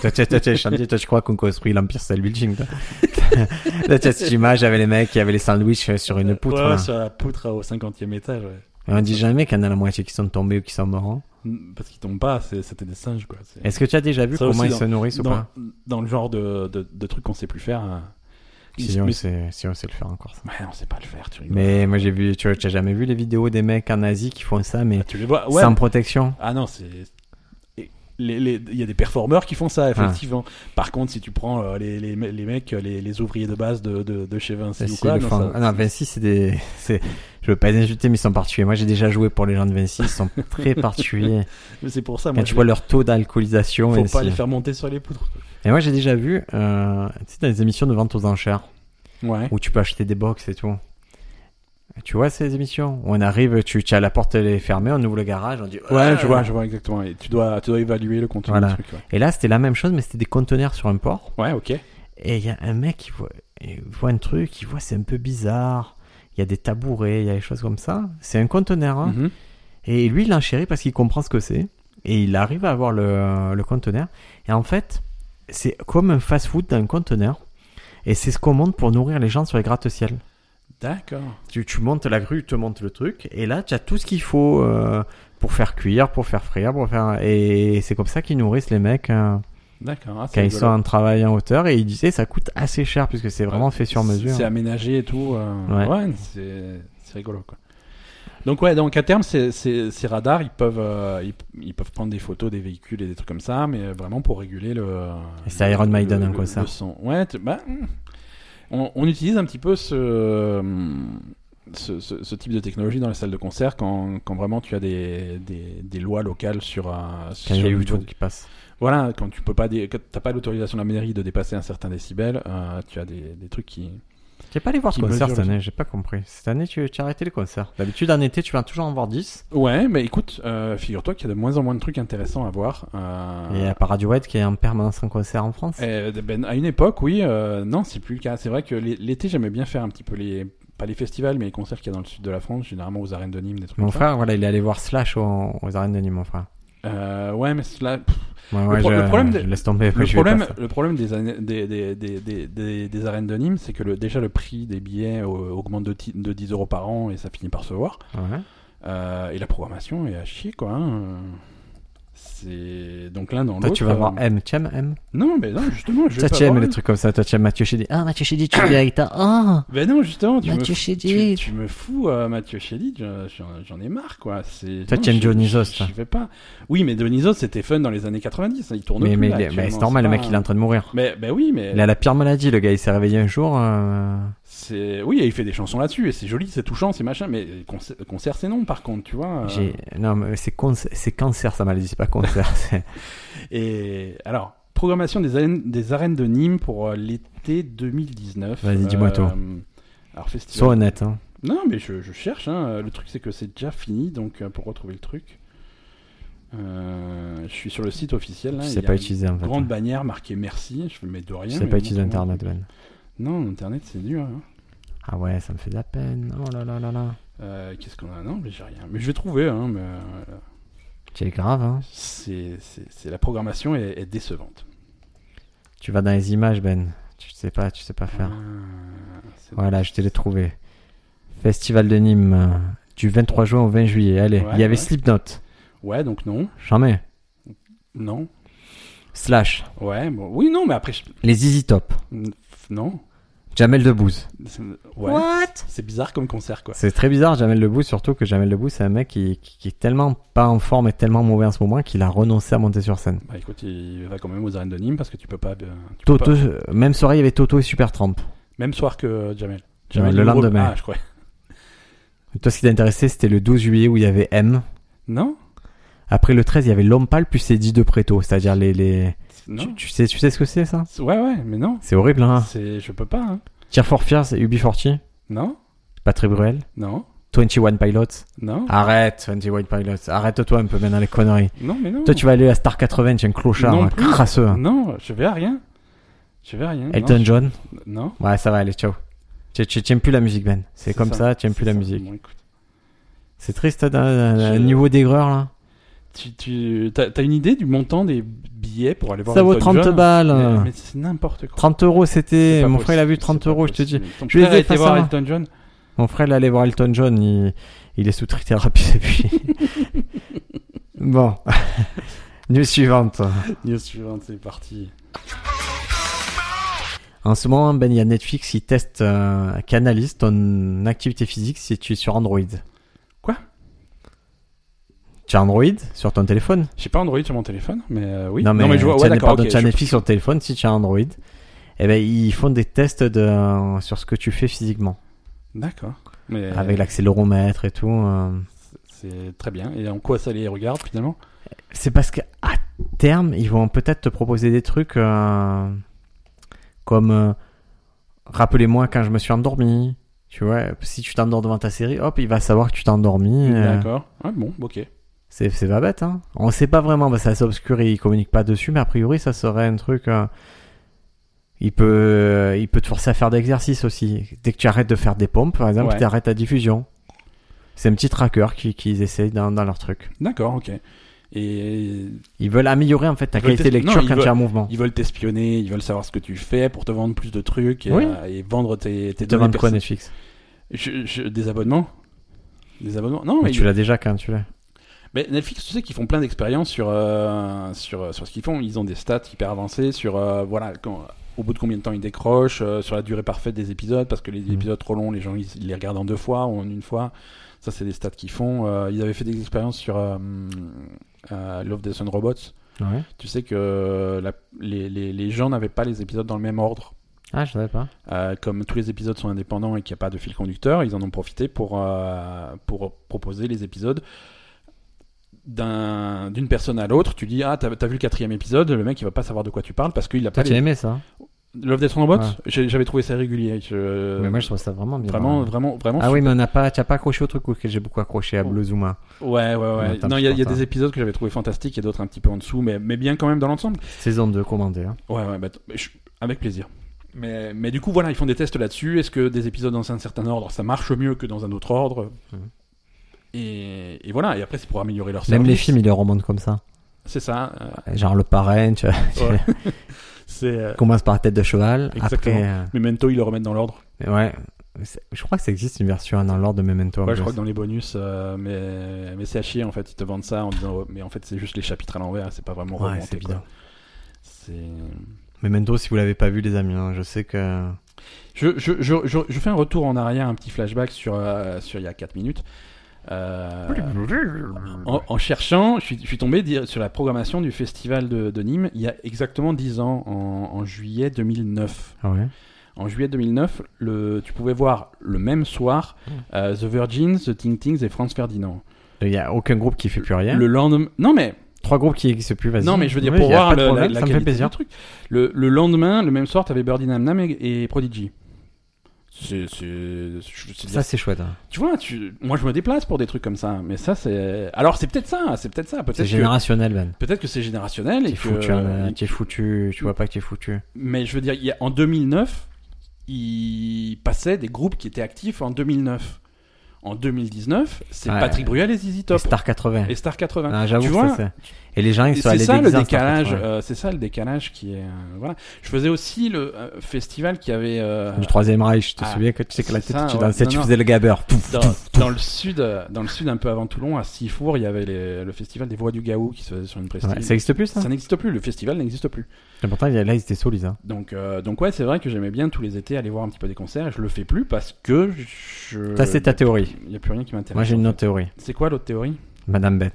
Speaker 2: toi, tu toi, tu les chantiers, toi, tu crois qu'on construit l'Empire State Building, toi. là, tu as cette image avec les mecs qui avaient les sandwichs sur une poutre,
Speaker 1: Ouais,
Speaker 2: là.
Speaker 1: sur la poutre au 50e étage, ouais.
Speaker 2: Et on dit jamais qu'il y en a la moitié qui sont tombés ou qui sont morts. hein.
Speaker 1: Mm, Parce qu'ils tombent pas, c'est- c'était des singes, quoi. C'est-
Speaker 2: Est-ce que tu as déjà vu
Speaker 1: Ça
Speaker 2: comment
Speaker 1: aussi,
Speaker 2: ils se nourrissent ou
Speaker 1: dans,
Speaker 2: pas?
Speaker 1: dans le genre de, de, de trucs qu'on sait plus faire. hein.
Speaker 2: Si
Speaker 1: Mais-
Speaker 2: on sait, si on sait le faire encore, ça.
Speaker 1: Ouais, on sait pas le faire, tu rigoles.
Speaker 2: Mais moi j'ai vu, tu vois, tu as jamais vu les vidéos des mecs en Asie qui font ça, mais
Speaker 1: Ah, tu les vois, ouais.
Speaker 2: sans protection.
Speaker 1: Ah non, c'est. et les- les- Il y a des performeurs qui font
Speaker 2: Ah.
Speaker 1: ça, effectivement. Par contre, si tu prends euh, les, les, me- les mecs, les, les ouvriers de base de, de, de chez Vinci
Speaker 2: Ça,
Speaker 1: ou
Speaker 2: c'est
Speaker 1: quoi,
Speaker 2: le
Speaker 1: non,
Speaker 2: fond.
Speaker 1: ça-
Speaker 2: Ah non, Vinci, c'est des, c'est, je veux pas les insulter, mais ils sont particuliers. Moi, j'ai déjà joué pour les gens de Vinci, ils sont très particuliers.
Speaker 1: mais c'est pour ça,
Speaker 2: Quand
Speaker 1: moi,
Speaker 2: tu
Speaker 1: je-
Speaker 2: vois leur taux d'alcoolisation,
Speaker 1: faut
Speaker 2: Vinci.
Speaker 1: pas les faire monter sur les poutres.
Speaker 2: Et moi, j'ai déjà vu, euh, tu sais, dans les émissions de vente aux enchères,
Speaker 1: Ouais.
Speaker 2: où tu peux acheter des box et tout. Tu vois ces émissions où on arrive, tu, tu as la porte elle est fermée, on ouvre le garage, on dit.
Speaker 1: Ouais, je vois, je vois exactement. Et tu dois, tu dois évaluer le contenu
Speaker 2: Voilà.
Speaker 1: du truc. Ouais,
Speaker 2: Et là, c'était la même chose, mais c'était des conteneurs sur un port.
Speaker 1: Ouais, ok.
Speaker 2: Et il y a un mec qui voit, il voit un truc, il voit c'est un peu bizarre. Il y a des tabourets, il y a des choses comme ça. C'est un conteneur. hein.
Speaker 1: Mhm.
Speaker 2: Et lui, il enchérit parce qu'il comprend ce que c'est. Et il arrive à avoir le, le conteneur. Et en fait, c'est comme un fast-food d'un conteneur. Et c'est ce qu'on monte pour nourrir les gens sur les gratte-ciel.
Speaker 1: D'accord.
Speaker 2: Tu, tu montes la grue, tu montes le truc. Et là, tu as tout ce qu'il faut euh, pour faire cuire, pour faire frire, pour faire... Et c'est comme ça qu'ils nourrissent les mecs euh,
Speaker 1: D'accord. Ah, c'est
Speaker 2: quand ils
Speaker 1: rigolo.
Speaker 2: sont en travail en hauteur. Et il disait, ça coûte assez cher puisque c'est vraiment fait sur mesure. hein.
Speaker 1: C'est aménagé et tout. euh,
Speaker 2: Ouais.
Speaker 1: ouais, c'est c'est rigolo quoi. Donc ouais, donc à terme, ces, ces- ces radars, ils peuvent, euh, ils, ils peuvent prendre des photos des véhicules et des trucs comme ça, mais euh, vraiment pour réguler le.
Speaker 2: Et c'est
Speaker 1: le-
Speaker 2: Iron Maiden,
Speaker 1: le-
Speaker 2: hein,
Speaker 1: le-
Speaker 2: quoi, ça.
Speaker 1: le son. Ouais, tu- bah, hmm. on, on utilise un petit peu ce, hmm, ce, ce- ce type de technologie dans les salles de concert quand, quand vraiment tu as des, des, des lois locales sur. un
Speaker 2: Quand
Speaker 1: sur
Speaker 2: il y a
Speaker 1: le niveau
Speaker 2: YouTube
Speaker 1: du-
Speaker 2: qui passe.
Speaker 1: voilà, quand tu peux pas, dé- quand t'as pas l'autorisation de la mairie de dépasser un certain décibel, euh, tu as des, des trucs qui,
Speaker 2: J'ai pas allé voir de
Speaker 1: Qui
Speaker 2: concert
Speaker 1: mesure
Speaker 2: cette
Speaker 1: le-
Speaker 2: année, j'ai pas compris. Cette année, tu, tu as arrêté les concerts. D'habitude, en été, tu vas toujours en voir 10.
Speaker 1: Ouais, mais écoute, euh, figure-toi qu'il y a de moins en moins de trucs intéressants à voir. euh,
Speaker 2: Et à part Radiohead qui est en permanence en concert en France.
Speaker 1: euh, ben, à une époque, oui, euh, non, c'est plus le cas. C'est vrai que l'é- l'été, j'aimais bien faire un petit peu les. Pas les festivals, mais les concerts qu'il y a dans le sud de la France, généralement aux arènes de Nîmes, des trucs
Speaker 2: Mon
Speaker 1: comme ça.
Speaker 2: frère, voilà, il est allé voir Slash aux, aux arènes de Nîmes, mon frère.
Speaker 1: Euh, ouais, mais cela.
Speaker 2: Ouais, ouais,
Speaker 1: pro-
Speaker 2: je,
Speaker 1: le problème de-
Speaker 2: je laisse tomber.
Speaker 1: Le
Speaker 2: je vais pas
Speaker 1: problème,
Speaker 2: faire.
Speaker 1: le problème des, années- des, des, des, des, des- des arènes de Nîmes, c'est que le, déjà le prix des billets euh, augmente de, ti- de 10 euros par an et ça finit par se voir.
Speaker 2: Ouais.
Speaker 1: Euh, et la programmation est à chier, quoi. hein. Euh, C'est. Donc l'un dans
Speaker 2: Toi,
Speaker 1: l'autre.
Speaker 2: tu vas
Speaker 1: euh,
Speaker 2: voir M. Tu aimes M
Speaker 1: Non, mais non, justement, je vais
Speaker 2: Toi,
Speaker 1: pas
Speaker 2: tu aimes
Speaker 1: voir
Speaker 2: les trucs comme ça. Toi, tu aimes Mathieu Chédid. Ah, Mathieu Chédid, tu viens avec ta. Ah
Speaker 1: Ben non, justement, tu, me,
Speaker 2: Mathieu
Speaker 1: fous- tu,
Speaker 2: Chédid.
Speaker 1: tu me fous, euh, Mathieu Chédid, je- j'en j'en ai marre, quoi. C'est-
Speaker 2: Toi,
Speaker 1: non,
Speaker 2: t'aimes
Speaker 1: je-
Speaker 2: Dionysos,
Speaker 1: je-
Speaker 2: toi.
Speaker 1: Je vais pas. Oui, mais Dionysos, c'était fun dans les années 90, hein, il tourne
Speaker 2: Mais,
Speaker 1: plus,
Speaker 2: mais,
Speaker 1: là,
Speaker 2: mais
Speaker 1: actuellement,
Speaker 2: c'est normal, le
Speaker 1: pas-
Speaker 2: mec, il est en train de mourir.
Speaker 1: Mais, ben oui, mais
Speaker 2: Il a la pire maladie, le gars. Il s'est réveillé un jour. euh,
Speaker 1: c'est oui, et il fait des chansons là-dessus et c'est joli, c'est touchant, c'est machin, mais concert, concert, c'est non par contre, tu vois. euh,
Speaker 2: j'ai- Non, mais c'est con- c'est cancer, sa maladie. C'est pas cancer. c'est-
Speaker 1: Et alors, programmation des arènes, des arènes de Nîmes pour euh, l'été 2019.
Speaker 2: Vas-y, dis-moi tout.
Speaker 1: euh, Alors festival.
Speaker 2: Sois honnête. Hein.
Speaker 1: Non, mais je, je cherche. hein. Le truc, c'est que c'est déjà fini, donc euh, pour retrouver le truc, euh, je suis sur le site officiel. Là,
Speaker 2: Tu
Speaker 1: il
Speaker 2: sais
Speaker 1: y a
Speaker 2: pas
Speaker 1: une
Speaker 2: utiliser, en fait.
Speaker 1: Grande bannière marquée merci. Je mets de rien.
Speaker 2: Tu sais
Speaker 1: mais
Speaker 2: pas
Speaker 1: bon,
Speaker 2: utiliser
Speaker 1: comment-
Speaker 2: Internet, Ben.
Speaker 1: Non, internet, c'est dur. hein.
Speaker 2: Ah ouais, ça me fait de la peine. Oh là là là là.
Speaker 1: Euh, Qu'est-ce qu'on a Non, mais j'ai rien. Mais je vais trouver. Hein, mais, euh,
Speaker 2: C'est grave, hein.
Speaker 1: c'est, c'est- c'est- la programmation est, est décevante.
Speaker 2: Tu vas dans les images, Ben. Tu sais pas, tu sais pas faire.
Speaker 1: Ah, c'est-
Speaker 2: Voilà, je te l'ai trouvé. Festival de Nîmes, euh, du 23 juin au 20 juillet. Allez,
Speaker 1: Ouais,
Speaker 2: il y avait
Speaker 1: ouais.
Speaker 2: Slipknot.
Speaker 1: Ouais, donc non,
Speaker 2: J'en mets.
Speaker 1: non.
Speaker 2: Slash.
Speaker 1: Ouais, bon, oui, non, mais après, je-
Speaker 2: Les Easy Top.
Speaker 1: non.
Speaker 2: Jamel Debbouze.
Speaker 1: C'est- ouais. C'est bizarre comme concert, quoi.
Speaker 2: C'est très bizarre, Jamel Debbouze, surtout que Jamel Debbouze, c'est un mec qui, qui- qui est tellement pas en forme et tellement mauvais en ce moment qu'il a renoncé à monter sur scène.
Speaker 1: Bah écoute, il va quand même aux arènes de Nîmes parce que tu peux pas. euh, tu peux
Speaker 2: Toto,
Speaker 1: pas-
Speaker 2: même soirée, il y avait Toto et Super Trump.
Speaker 1: Même soir que Jamel.
Speaker 2: le
Speaker 1: il ouvre-
Speaker 2: lendemain.
Speaker 1: Ah, je crois.
Speaker 2: Toi, ce qui t'intéressait, c'était le 12 juillet où il y avait M.
Speaker 1: Non
Speaker 2: Après le 13, il y avait Lompal puis Cédi de Preto, c'est-à-dire les. les...
Speaker 1: Non.
Speaker 2: Tu, tu sais, tu sais ce que c'est ça
Speaker 1: C'est- Ouais, ouais, mais non.
Speaker 2: C'est horrible, hein
Speaker 1: C'est... Je peux pas, hein.
Speaker 2: Tear for Fears, Ubi Forti,
Speaker 1: Non
Speaker 2: Patrick Bruel,
Speaker 1: Non
Speaker 2: 21 Pilots.
Speaker 1: Non
Speaker 2: Arrête, 21 Pilots, arrête-toi un peu maintenant les conneries.
Speaker 1: Non, mais non.
Speaker 2: Toi, tu vas aller à Star 80, tu es un clochard,
Speaker 1: Non
Speaker 2: un
Speaker 1: plus.
Speaker 2: crasseux. hein.
Speaker 1: Non, je vais à rien. Je vais à rien.
Speaker 2: Elton John,
Speaker 1: Non. non.
Speaker 2: ouais, ça va, allez, ciao. Tu tu- tu aimes plus la musique, Ben. C'est comme ça, tu aimes plus
Speaker 1: c'est
Speaker 2: la
Speaker 1: ça.
Speaker 2: musique.
Speaker 1: Bon, écoute.
Speaker 2: C'est triste, hein, d'un d'un
Speaker 1: Je-
Speaker 2: niveau d'aigreur, là.
Speaker 1: Tu, tu... T'as, t'as une idée du montant des billets pour aller voir
Speaker 2: Ça vaut
Speaker 1: Elton
Speaker 2: 30
Speaker 1: John
Speaker 2: balles.
Speaker 1: mais,
Speaker 2: hein.
Speaker 1: mais c'est n'importe quoi.
Speaker 2: 30 euros,
Speaker 1: C'est
Speaker 2: c'était.
Speaker 1: pas
Speaker 2: Mon
Speaker 1: possible,
Speaker 2: frère, il a vu
Speaker 1: c'est
Speaker 2: 30
Speaker 1: pas
Speaker 2: euros, je te dis.
Speaker 1: possible. Ton
Speaker 2: Je les
Speaker 1: frère
Speaker 2: ai
Speaker 1: a été
Speaker 2: fait
Speaker 1: voir
Speaker 2: ça.
Speaker 1: Elton John
Speaker 2: Mon frère, il allait voir Elton John, il, il est sous trithérapie depuis. bon. News suivante.
Speaker 1: News suivante, c'est parti.
Speaker 2: En ce moment, Ben, il y a Netflix qui teste, euh, qui analyse ton activité physique si tu es sur Android.
Speaker 1: Quoi
Speaker 2: Tu as Android sur ton téléphone
Speaker 1: J'ai pas Android sur mon téléphone, mais euh, oui.
Speaker 2: Non, mais,
Speaker 1: je vois.
Speaker 2: tu
Speaker 1: Ouais,
Speaker 2: as-
Speaker 1: d'accord.
Speaker 2: pardon,
Speaker 1: ok,
Speaker 2: tu as
Speaker 1: je-
Speaker 2: Netflix sur ton téléphone si tu as Android. Eh ben, ils font des tests de, sur ce que tu fais physiquement,
Speaker 1: D'accord. Mais
Speaker 2: avec l'accéléromètre et tout. euh.
Speaker 1: c'est très bien. Et en quoi ça les regarde finalement
Speaker 2: C'est parce qu'à terme, ils vont peut-être te proposer des trucs euh, comme euh, rappelez-moi quand je me suis endormi. Tu vois, si tu t'endors devant ta série, hop, il va savoir que tu t'es endormi. euh,
Speaker 1: D'accord. Ah bon, ok.
Speaker 2: c'est c'est pas bête, hein. On sait pas vraiment, parce que ça c'est obscur et il communique pas dessus, mais a priori, ça serait un truc. euh, il peut, euh, il peut te forcer à faire d'exercice aussi. Dès que tu arrêtes de faire des pompes, par exemple,
Speaker 1: Ouais.
Speaker 2: tu arrêtes ta diffusion. C'est un petit tracker qui- qu'ils essayent dans, dans leur truc.
Speaker 1: D'accord, ok. Et
Speaker 2: Ils veulent améliorer en fait ta
Speaker 1: Ils veulent
Speaker 2: qualité de
Speaker 1: tester- non,
Speaker 2: lecture
Speaker 1: ils
Speaker 2: quand tu
Speaker 1: veulent-
Speaker 2: es en mouvement.
Speaker 1: ils veulent t'espionner, ils veulent savoir ce que tu fais pour te vendre plus de trucs et,
Speaker 2: Oui.
Speaker 1: euh, et vendre tes, tes
Speaker 2: Ils te vendent
Speaker 1: données
Speaker 2: quoi
Speaker 1: perso-
Speaker 2: Netflix
Speaker 1: Je- je- Des abonnements Des abonnements Non,
Speaker 2: Mais
Speaker 1: mais,
Speaker 2: Bah, Tu l'as déjà quand tu l'as.
Speaker 1: mais Netflix, tu sais qu'ils font plein d'expériences sur, euh, sur, sur ce qu'ils font. Ils ont des stats hyper avancées sur euh, voilà, quand- au bout de combien de temps ils décrochent, euh, sur la durée parfaite des épisodes, parce que les
Speaker 2: Mhm.
Speaker 1: épisodes trop longs, les gens ils, ils les regardent en deux fois ou en une fois. Ça, c'est des stats qu'ils font. Euh, ils avaient fait des expériences sur euh, euh, Love, Death and Robots.
Speaker 2: Ouais.
Speaker 1: Tu sais que euh, la- les, les- les gens n'avaient pas les épisodes dans le même ordre.
Speaker 2: Ah, je savais pas.
Speaker 1: Euh, comme tous les épisodes sont indépendants et qu'il n'y a pas de fil conducteur, ils en ont profité pour, euh, pour proposer les épisodes d'un- d'une personne à l'autre. Tu dis, ah, t'as t'as vu le quatrième épisode, le mec il va pas savoir de quoi tu parles parce qu'il a pas
Speaker 2: Toi, tu as
Speaker 1: les...
Speaker 2: aimé ça
Speaker 1: Love Death and Robots
Speaker 2: Ouais.
Speaker 1: J'ai- J'avais trouvé ça régulier. Je-
Speaker 2: Mais moi, je trouve ça vraiment bien.
Speaker 1: euh, Vraiment, vraiment, vraiment.
Speaker 2: Ah oui, mais on n'a pas, tu n'as pas accroché au truc auquel j'ai beaucoup accroché à
Speaker 1: Oh.
Speaker 2: Bleu hein. Zuma.
Speaker 1: Ouais, ouais,
Speaker 2: On
Speaker 1: ouais.
Speaker 2: attend
Speaker 1: Non, il y a,
Speaker 2: plus
Speaker 1: il y a
Speaker 2: pour ça.
Speaker 1: des épisodes que j'avais trouvé fantastiques et d'autres un petit peu en dessous, mais, mais bien quand même dans l'ensemble.
Speaker 2: Saison 2 commandée. Hein.
Speaker 1: Ouais, ouais, bah, t- mais je- avec plaisir. Mais, mais du coup, voilà, ils font des tests là-dessus. Est-ce que des épisodes dans un certain ordre, ça marche mieux que dans un autre ordre
Speaker 2: Mhm.
Speaker 1: et, et voilà, et après, c'est pour améliorer leur service.
Speaker 2: Même les films, ils les remontent comme ça.
Speaker 1: C'est ça. euh,
Speaker 2: Genre le parrain, tu vois, tu
Speaker 1: Ouais. c'est, euh,
Speaker 2: commences par la tête de cheval.
Speaker 1: Exactement.
Speaker 2: Après, euh,
Speaker 1: Memento, ils le remettent dans l'ordre.
Speaker 2: mais ouais, C'est- je crois que ça existe une version dans l'ordre de Memento. en
Speaker 1: Ouais, je
Speaker 2: plus.
Speaker 1: crois que dans les bonus, euh, mais, mais c'est à chier en fait. Ils te vendent ça en disant, ouais, mais en fait, c'est juste les chapitres à l'envers, c'est pas vraiment
Speaker 2: Ouais,
Speaker 1: remonté,
Speaker 2: c'est
Speaker 1: quoi.
Speaker 2: bien.
Speaker 1: C'est-
Speaker 2: Memento, si vous l'avez pas vu, les amis, hein, je sais que.
Speaker 1: Je, je, je, je, je fais un retour en arrière, un petit flashback sur, euh, sur il y a 4 minutes. Euh, en, en cherchant, je suis, je suis tombé di- sur la programmation du festival de, de Nîmes il y a exactement 10 ans, en, en juillet 2009.
Speaker 2: Ah ouais.
Speaker 1: En juillet 2009, le, tu pouvais voir le même soir
Speaker 2: Hmm.
Speaker 1: euh, The Virgins, The Ting Tings et Franz Ferdinand.
Speaker 2: Il y a aucun groupe qui fait plus rien.
Speaker 1: Le lendemain, non mais
Speaker 2: Trois groupes qui existent plus, vas-y.
Speaker 1: non mais je veux dire
Speaker 2: Ouais,
Speaker 1: pour
Speaker 2: y a
Speaker 1: voir
Speaker 2: pas de
Speaker 1: le- la,
Speaker 2: problème,
Speaker 1: la
Speaker 2: ça me fait
Speaker 1: qualité
Speaker 2: plaisir.
Speaker 1: du truc. Le, le lendemain, le même soir, t'avais Birdie Nam Nam et, et Prodigy. C'est, c'est, je- c'est
Speaker 2: Ça, c'est chouette. hein.
Speaker 1: tu vois, tu... moi je me déplace pour des trucs comme ça, mais ça c'est. Alors c'est peut-être ça, c'est peut-être ça, peut-être
Speaker 2: C'est
Speaker 1: que
Speaker 2: générationnel, Ben.
Speaker 1: peut-être que c'est générationnel et
Speaker 2: T'es
Speaker 1: que. euh,
Speaker 2: foutu, hein, t'es foutu, tu vois pas que t'es foutu.
Speaker 1: Mais je veux dire, il y a- en 2009, il passait des groupes qui étaient actifs en 2009. En 2019, c'est
Speaker 2: Ouais.
Speaker 1: Patrick Bruel et ZZ
Speaker 2: Et
Speaker 1: Top.
Speaker 2: Star 80.
Speaker 1: Et Star 80.
Speaker 2: Ah,
Speaker 1: tu
Speaker 2: J'avoue,
Speaker 1: vois,
Speaker 2: ça, c'est- Et les gens,
Speaker 1: et
Speaker 2: ils sont
Speaker 1: c'est
Speaker 2: allés
Speaker 1: ça le
Speaker 2: déguisés en Star
Speaker 1: décalage.
Speaker 2: 80.
Speaker 1: euh, c'est ça le décalage qui est. euh, voilà. Je faisais aussi le euh, festival qui avait. euh,
Speaker 2: Du troisième Reich, je te
Speaker 1: ah,
Speaker 2: souviens que tu sais que la
Speaker 1: c'est
Speaker 2: tête,
Speaker 1: ça,
Speaker 2: tu
Speaker 1: ouais.
Speaker 2: dansais,
Speaker 1: Non,
Speaker 2: tu
Speaker 1: non.
Speaker 2: faisais le gabeur. Pouf,
Speaker 1: dans,
Speaker 2: pouf, pouf.
Speaker 1: dans le sud, euh, dans le sud, un peu avant Toulon, à Sifour, il y avait les- le festival des voix du Gaou qui se faisait sur une prestige.
Speaker 2: Ouais, ça existe plus, ça?
Speaker 1: ça n'existe plus, le festival n'existe plus.
Speaker 2: Et pourtant, il y a- là, ils étaient solides, hein.
Speaker 1: Donc, euh, donc ouais, c'est vrai que j'aimais bien tous les étés aller voir un petit peu des concerts. Je le fais plus parce que je.
Speaker 2: Ça, c'est ta théorie.
Speaker 1: Il n'y a plus rien qui m'intéresse.
Speaker 2: Moi, j'ai
Speaker 1: en
Speaker 2: une
Speaker 1: fait.
Speaker 2: autre théorie.
Speaker 1: C'est quoi l'autre théorie
Speaker 2: Madame Ben.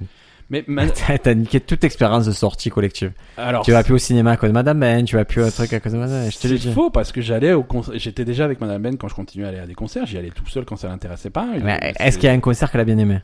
Speaker 1: Mais ma-
Speaker 2: T'as t'as niqué toute expérience de sortie collective.
Speaker 1: alors.
Speaker 2: Tu vas plus au cinéma à cause de Madame Ben, tu vas plus au truc à cause de Madame Ben, je te l'ai
Speaker 1: C'est
Speaker 2: dit.
Speaker 1: faux parce que j'allais au concert. J'étais déjà avec Madame Ben quand je continuais à aller à des concerts. J'y allais tout seul quand ça l'intéressait pas.
Speaker 2: Mais
Speaker 1: C'est-
Speaker 2: est-ce qu'il y a un concert qu'elle a bien aimé?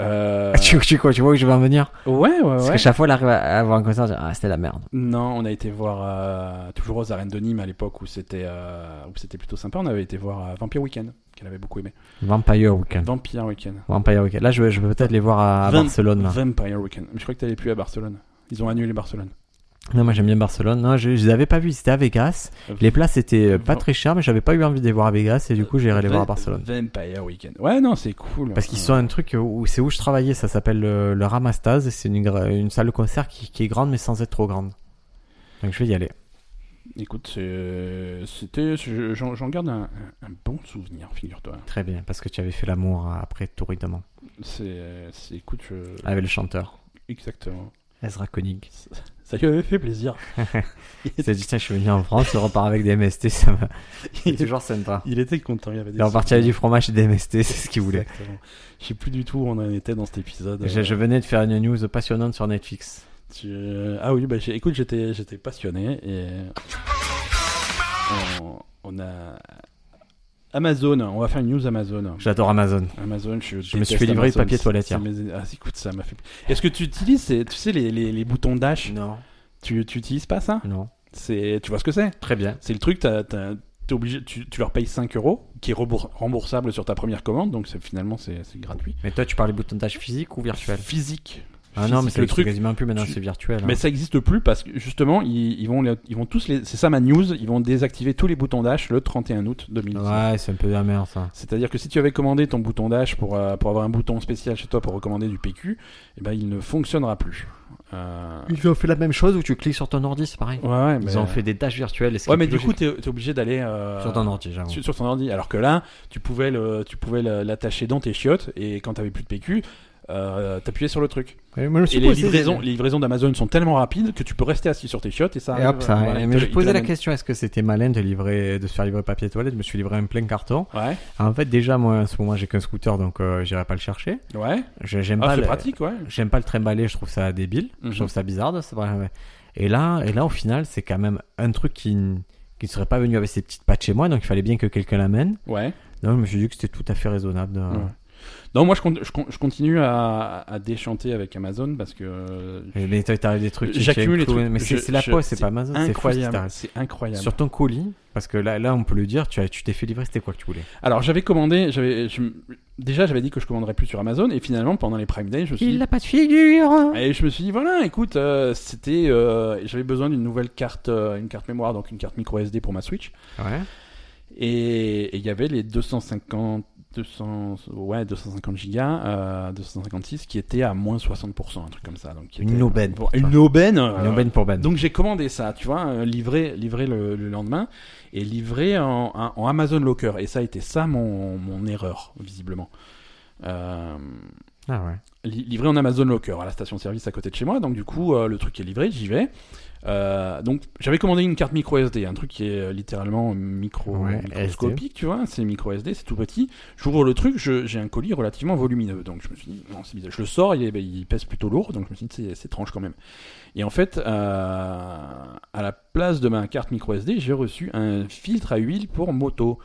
Speaker 1: Euh,
Speaker 2: Tu, tu, quoi, tu vois où je vais en venir?
Speaker 1: Ouais, ouais,
Speaker 2: Parce
Speaker 1: ouais.
Speaker 2: que chaque fois, elle arrive à avoir un concert, elle dit, ah, c'était la merde.
Speaker 1: Non, on a été voir euh, toujours aux arènes de Nîmes à l'époque où c'était euh, où c'était plutôt sympa. On avait été voir euh, Vampire Weekend qu'elle avait beaucoup aimé.
Speaker 2: Vampire Weekend.
Speaker 1: Vampire Weekend.
Speaker 2: Vampire Weekend. Là, je, vais- je vais peut-être les voir à
Speaker 1: Vingt-
Speaker 2: Barcelone, là.
Speaker 1: Vampire Weekend. Mais je crois que t'allais plus à Barcelone. Ils ont annulé Barcelone.
Speaker 2: Non, moi, j'aime bien Barcelone. Non, je, je les avais pas vus, c'était à Vegas. Les places étaient euh, pas
Speaker 1: Bon.
Speaker 2: très chères, mais j'avais pas eu envie de les voir à Vegas, et du coup, j'irai les voir à
Speaker 1: Vamp-
Speaker 2: Barcelone.
Speaker 1: Vampire Weekend. Ouais, non, c'est cool.
Speaker 2: Parce qu'ils
Speaker 1: Euh,
Speaker 2: sont un truc où c'est où je travaillais, ça s'appelle le, le Ramastaz, c'est une, gra- une salle de concert qui, qui est grande mais sans être trop grande. Donc je vais y aller.
Speaker 1: Écoute, c'est- euh, c'était. je- J'en j'en garde un, un- un bon souvenir, figure-toi.
Speaker 2: Très bien, parce que tu avais fait l'amour euh, après touridement
Speaker 1: C'est. c'est- Écoute, je-
Speaker 2: avec le chanteur
Speaker 1: Exactement.
Speaker 2: Ezra Koenig.
Speaker 1: Ça lui avait fait plaisir.
Speaker 2: Il s'est dit, tiens, je suis venu en France, je repars avec des MST, ça va. C'est
Speaker 1: il,
Speaker 2: toujours sympa.
Speaker 1: il était content. Il avait
Speaker 2: Il
Speaker 1: des
Speaker 2: est reparti avec du fromage et des MST, c'est ce qu'il voulait.
Speaker 1: Exactement. Je sais plus du tout où on en était dans cet épisode.
Speaker 2: Je,
Speaker 1: Euh,
Speaker 2: je venais de faire une news passionnante sur Netflix.
Speaker 1: tu- Ah oui, bah, j'ai- écoute, j'étais, j'étais passionné et on, on a Amazon. On va faire une news Amazon.
Speaker 2: J'adore Amazon.
Speaker 1: Amazon, je,
Speaker 2: Je me
Speaker 1: déteste
Speaker 2: suis fait livrer le
Speaker 1: Amazon.
Speaker 2: papier
Speaker 1: C'est-
Speaker 2: toilette hier.
Speaker 1: c'est mes- Ah, écoute, ça m'a fait. Est-ce que tu utilises, ces- tu sais, les, les, les boutons dash
Speaker 2: Non.
Speaker 1: tu, tu utilises pas ça
Speaker 2: Non.
Speaker 1: C'est, tu vois ce que c'est
Speaker 2: Très bien.
Speaker 1: C'est le truc, t'as- t'as- t'es obligé, tu, tu leur payes 5 euros, qui est rebour- remboursable sur ta première commande, donc c'est, finalement c'est, c'est gratuit.
Speaker 2: Mais toi, tu parles bouton tâche physique ou virtuel
Speaker 1: Physique.
Speaker 2: Ah non, mais
Speaker 1: Physique,
Speaker 2: c'est
Speaker 1: le
Speaker 2: le
Speaker 1: truc.
Speaker 2: quasiment plus maintenant,
Speaker 1: tu-
Speaker 2: c'est virtuel. hein.
Speaker 1: Mais ça existe plus parce que justement, ils, ils vont, les- ils vont tous les. C'est ça ma news, ils vont désactiver tous les boutons dash le 31 août 2019.
Speaker 2: Ouais, c'est un peu de la merde ça.
Speaker 1: C'est-à-dire que si tu avais commandé ton bouton dash pour, euh, pour avoir un bouton spécial chez toi pour recommander du PQ, eh ben, il ne fonctionnera plus. Euh,
Speaker 2: Ils ont fait la même chose où tu cliques sur ton ordi, c'est pareil.
Speaker 1: Ouais, ouais, mais,
Speaker 2: Ils ont fait des tâches virtuelles. et ce qui
Speaker 1: Ouais,
Speaker 2: est
Speaker 1: mais
Speaker 2: plus
Speaker 1: du coup,
Speaker 2: logique.
Speaker 1: t'es es obligé d'aller. euh,
Speaker 2: sur ton ordi, j'avoue.
Speaker 1: Sur, sur ton ordi. Alors que là, tu pouvais le- tu pouvais le- l'attacher dans tes chiottes et quand t'avais plus de PQ, euh, t'appuyais sur le truc. Et les
Speaker 2: euh,
Speaker 1: livraisons, les livraisons d'Amazon sont tellement rapides que tu peux rester assis sur tes chiottes et ça.
Speaker 2: Et
Speaker 1: arrive,
Speaker 2: hop, ça
Speaker 1: euh,
Speaker 2: arrive.
Speaker 1: voilà, il
Speaker 2: mais
Speaker 1: te
Speaker 2: je
Speaker 1: le- il te
Speaker 2: posais la
Speaker 1: l'amène.
Speaker 2: question est-ce que c'était malin de livrer, de se faire livrer papier toilette Je me suis livré un plein carton.
Speaker 1: Ouais,
Speaker 2: En fait, déjà, moi, à ce moment, j'ai qu'un scooter, donc euh, j'irai pas le chercher.
Speaker 1: ouais.
Speaker 2: Je- J'aime
Speaker 1: Ah,
Speaker 2: pas
Speaker 1: c'est
Speaker 2: le-
Speaker 1: pratique, ouais.
Speaker 2: J'aime pas le trimballer, je trouve ça débile,
Speaker 1: Mhm.
Speaker 2: je trouve ça bizarre de se trimballer. Et là, et là, au final, c'est quand même un truc qui, n- qui ne serait pas venu avec ses petites pattes chez moi, donc il fallait bien que quelqu'un l'amène.
Speaker 1: Ouais.
Speaker 2: Donc je me suis dit que c'était tout à fait raisonnable. de-
Speaker 1: Ouais. Non, moi je, con- je con- je continue à, à déchanter avec Amazon parce que euh,
Speaker 2: Mais toi, t'arrives des trucs. qui-
Speaker 1: J'accumule les
Speaker 2: qui-
Speaker 1: trucs.
Speaker 2: Mais c'est
Speaker 1: Je-
Speaker 2: c'est la
Speaker 1: je-
Speaker 2: poste, c'est
Speaker 1: c'est
Speaker 2: pas Amazon, c'est fou ce qui
Speaker 1: incroyable.
Speaker 2: t'arrive.
Speaker 1: C'est incroyable.
Speaker 2: Sur ton colis, parce que là, là, on peut le dire, tu as- tu t'es fait livrer, c'était quoi que tu voulais
Speaker 1: Alors j'avais commandé, j'avais je- déjà j'avais dit que je commanderais plus sur Amazon et finalement pendant les Prime Day, je me suis dit,
Speaker 2: n'a pas de figure
Speaker 1: et je me suis dit voilà, écoute, euh, c'était euh, j'avais besoin d'une nouvelle carte, euh, une carte mémoire donc une carte micro SD pour ma Switch
Speaker 2: Ouais.
Speaker 1: et et il y avait les 250 200 ouais 250 gigas euh, 256 qui étaient à moins 60% un truc comme ça donc qui
Speaker 2: Une
Speaker 1: était-
Speaker 2: aubaine.
Speaker 1: Bon, une aubaine euh,
Speaker 2: Une aubaine pour Ben.
Speaker 1: Donc j'ai commandé ça, tu vois, euh, livré, livré le, le lendemain et livré en, en- en Amazon Locker. Et ça a été ça mon, mon erreur, visiblement. Euh,
Speaker 2: Ah ouais.
Speaker 1: li- livré en Amazon Locker à la station-service à côté de chez moi. Donc du coup, euh, le truc est livré, j'y vais. Euh, donc j'avais commandé une carte micro SD, un truc qui est euh, littéralement micro
Speaker 2: Ouais,
Speaker 1: microscopique, tu vois, hein, c'est micro SD, c'est tout petit. J'ouvre le truc, je- j'ai un colis relativement volumineux, donc je me suis dit non c'est bizarre. Je le sors, il, est- ben, il pèse plutôt lourd, donc je me suis dit c'est- c'est étrange quand même. Et en fait, euh, à la place de ma carte micro SD, j'ai reçu un filtre à huile pour moto.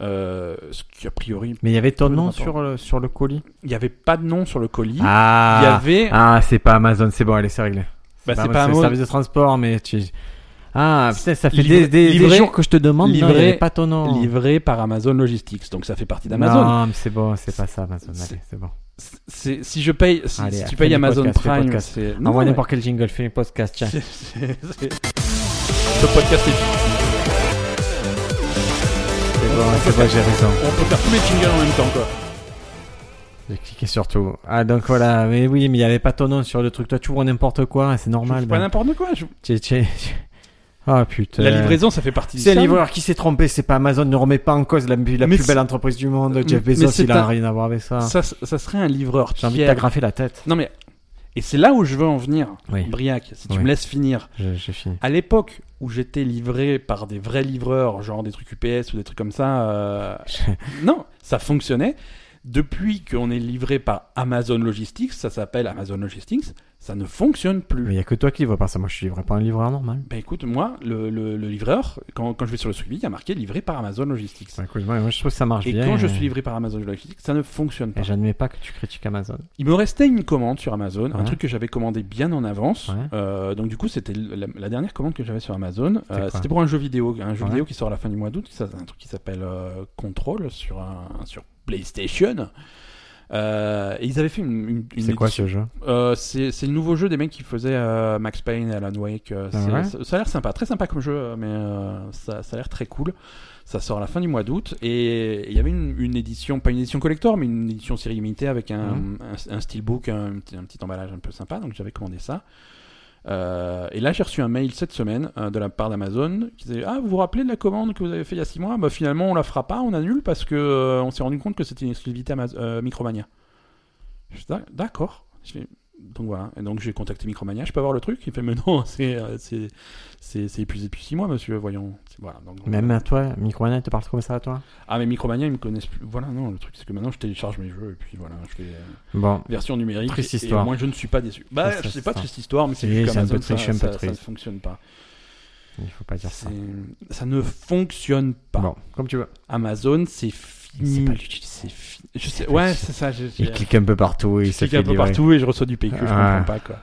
Speaker 1: Euh, ce qui a priori,
Speaker 2: Mais il y avait ton
Speaker 1: Peu de
Speaker 2: nom
Speaker 1: rapport.
Speaker 2: sur le, sur le colis
Speaker 1: il n'y avait pas de nom sur le colis.
Speaker 2: Ah
Speaker 1: Il y avait
Speaker 2: Ah, c'est pas Amazon, c'est bon, allez, c'est réglé.
Speaker 1: Bah, c'est
Speaker 2: Amazon,
Speaker 1: pas
Speaker 2: le
Speaker 1: Amazon.
Speaker 2: service de transport, mais tu. Ah, putain, ça fait
Speaker 1: Livré-
Speaker 2: des, des, des
Speaker 1: livré-
Speaker 2: jours que je te demande, non, il y
Speaker 1: livré-
Speaker 2: avait pas ton nom.
Speaker 1: livré par Amazon Logistics, donc ça fait partie d'Amazon.
Speaker 2: Oh. Non, mais c'est bon, c'est pas ça, Amazon,
Speaker 1: C'est-
Speaker 2: allez, c'est bon.
Speaker 1: C'est- si je paye, si,
Speaker 2: Allez,
Speaker 1: si tu
Speaker 2: fais
Speaker 1: payes
Speaker 2: le
Speaker 1: Amazon
Speaker 2: podcast, fais le
Speaker 1: Prime,
Speaker 2: podcast.
Speaker 1: c'est non,
Speaker 2: Envoie
Speaker 1: mais-
Speaker 2: n'importe quel jingle, fais une podcast, tiens.
Speaker 1: c'est- c'est- c'est- Ce podcast est-
Speaker 2: C'est bon, c'est bon, j'ai raison.
Speaker 1: On peut faire tous les jingles en même temps, quoi.
Speaker 2: J'ai cliqué sur tout. Ah, donc voilà. Mais oui, mais il n'y avait pas ton nom sur le truc. Toi, tu ouvres n'importe quoi, c'est normal.
Speaker 1: Je pas
Speaker 2: ben.
Speaker 1: n'importe quoi. je-
Speaker 2: Tchè, tchè. Ah, putain.
Speaker 1: La livraison, ça fait partie de
Speaker 2: C'est
Speaker 1: ça.
Speaker 2: un livreur qui s'est trompé, c'est pas Amazon, ne remet pas en cause la, la
Speaker 1: Mais
Speaker 2: plus
Speaker 1: c'est- Euh,
Speaker 2: belle entreprise du monde. Jeff
Speaker 1: mais
Speaker 2: Bezos,
Speaker 1: c'est
Speaker 2: il a
Speaker 1: un-
Speaker 2: rien à voir avec ça.
Speaker 1: Ça, ça serait un livreur.
Speaker 2: hein. J'ai envie de
Speaker 1: fier.
Speaker 2: t'agrafer la tête.
Speaker 1: Non mais et c'est là où je veux en venir,
Speaker 2: Oui.
Speaker 1: Briac. Si tu
Speaker 2: Oui.
Speaker 1: me laisses finir.
Speaker 2: J'ai j'ai fini.
Speaker 1: À l'époque où j'étais livré par des vrais livreurs, genre des trucs UPS ou des trucs comme ça, euh, non, ça fonctionnait. Depuis qu'on est livré par Amazon Logistics, ça s'appelle Amazon Logistics, ça ne fonctionne plus.
Speaker 2: Mais il y a que toi qui vois pas ça. Moi, je suis livré par un livreur normal.
Speaker 1: Bah écoute, moi, le, le- le livreur, quand, quand je vais sur le suivi, il y a marqué livré par Amazon Logistics.
Speaker 2: Bah, écoute, moi, moi, je trouve que ça marche
Speaker 1: Et
Speaker 2: bien.
Speaker 1: quand je
Speaker 2: euh,
Speaker 1: suis livré par Amazon Logistics, ça ne fonctionne pas.
Speaker 2: Et j'admets pas que tu critiques Amazon.
Speaker 1: Il me restait une commande sur Amazon, un
Speaker 2: Ouais.
Speaker 1: truc que j'avais commandé bien en avance.
Speaker 2: Ouais.
Speaker 1: Euh, donc du coup, c'était la, la dernière commande que j'avais sur Amazon.
Speaker 2: C'était
Speaker 1: Euh,
Speaker 2: quoi
Speaker 1: C'était pour un jeu vidéo, un jeu
Speaker 2: Ouais.
Speaker 1: vidéo qui sort à la fin du mois d'août. ça- Un truc qui s'appelle euh, Control sur un- sur PlayStation. Euh, et ils avaient fait une. une- une
Speaker 2: C'est quoi
Speaker 1: édition-
Speaker 2: ce jeu
Speaker 1: Euh, C'est c'est le nouveau jeu des mecs qui faisaient euh, Max Payne et Alan Wake. euh,
Speaker 2: Ah
Speaker 1: c'est-
Speaker 2: ouais
Speaker 1: ça, ça a l'air sympa, très sympa comme jeu, euh, mais euh, ça, ça a l'air très cool. Ça sort à la fin du mois d'août et il y avait une, une édition, pas une édition collector, mais une édition série limitée avec un,
Speaker 2: Mhm.
Speaker 1: un, un steelbook, un, petit- un petit emballage un peu sympa. Donc j'avais commandé ça. Euh, et là, j'ai reçu un mail cette semaine euh, de la part d'Amazon qui disait Ah, vous vous rappelez de la commande que vous avez fait il y a 6 mois bah, Finalement, on la fera pas, on annule parce que euh, on s'est rendu compte que c'était une exclusivité Amaz- euh, Micromania. Je dis, D'ac- D'accord. Je fais, Donc voilà. Et donc j'ai contacté Micromania, je peux avoir le truc Il fait Mais non, c'est euh, c'est- c'est- c'est épuisé depuis 6 mois, monsieur, voyons. C'est- Voilà. Donc,
Speaker 2: Même à toi, Micronet te parle comme ça à toi
Speaker 1: Ah, mais Micromania, ils me connaissent plus. Voilà, non, le truc, c'est que maintenant je télécharge mes jeux et puis voilà, je fais euh,
Speaker 2: Bon,
Speaker 1: version numérique.
Speaker 2: Triste
Speaker 1: et-
Speaker 2: histoire.
Speaker 1: Et moi, je ne suis pas déçu. Bah,
Speaker 2: Triste
Speaker 1: je sais pas
Speaker 2: histoire.
Speaker 1: triste histoire, mais c'est
Speaker 2: Oui,
Speaker 1: juste
Speaker 2: c'est un peu
Speaker 1: qu'Amazon, ça,
Speaker 2: triste, je suis un
Speaker 1: ça,
Speaker 2: peu
Speaker 1: ça ne
Speaker 2: triste.
Speaker 1: fonctionne pas.
Speaker 2: il faut pas dire ça.
Speaker 1: C'est- Ça ne fonctionne pas.
Speaker 2: Bon, comme tu veux.
Speaker 1: Amazon, c'est fini.
Speaker 2: C'est pas
Speaker 1: C'est fini. Je sais. Ouais, c'est ça. j'ai- j'ai-
Speaker 2: Il clique un peu partout et il
Speaker 1: je
Speaker 2: se
Speaker 1: clique
Speaker 2: fait
Speaker 1: un peu
Speaker 2: livrer.
Speaker 1: partout et je reçois du PQ. Je
Speaker 2: Ah.
Speaker 1: comprends pas quoi.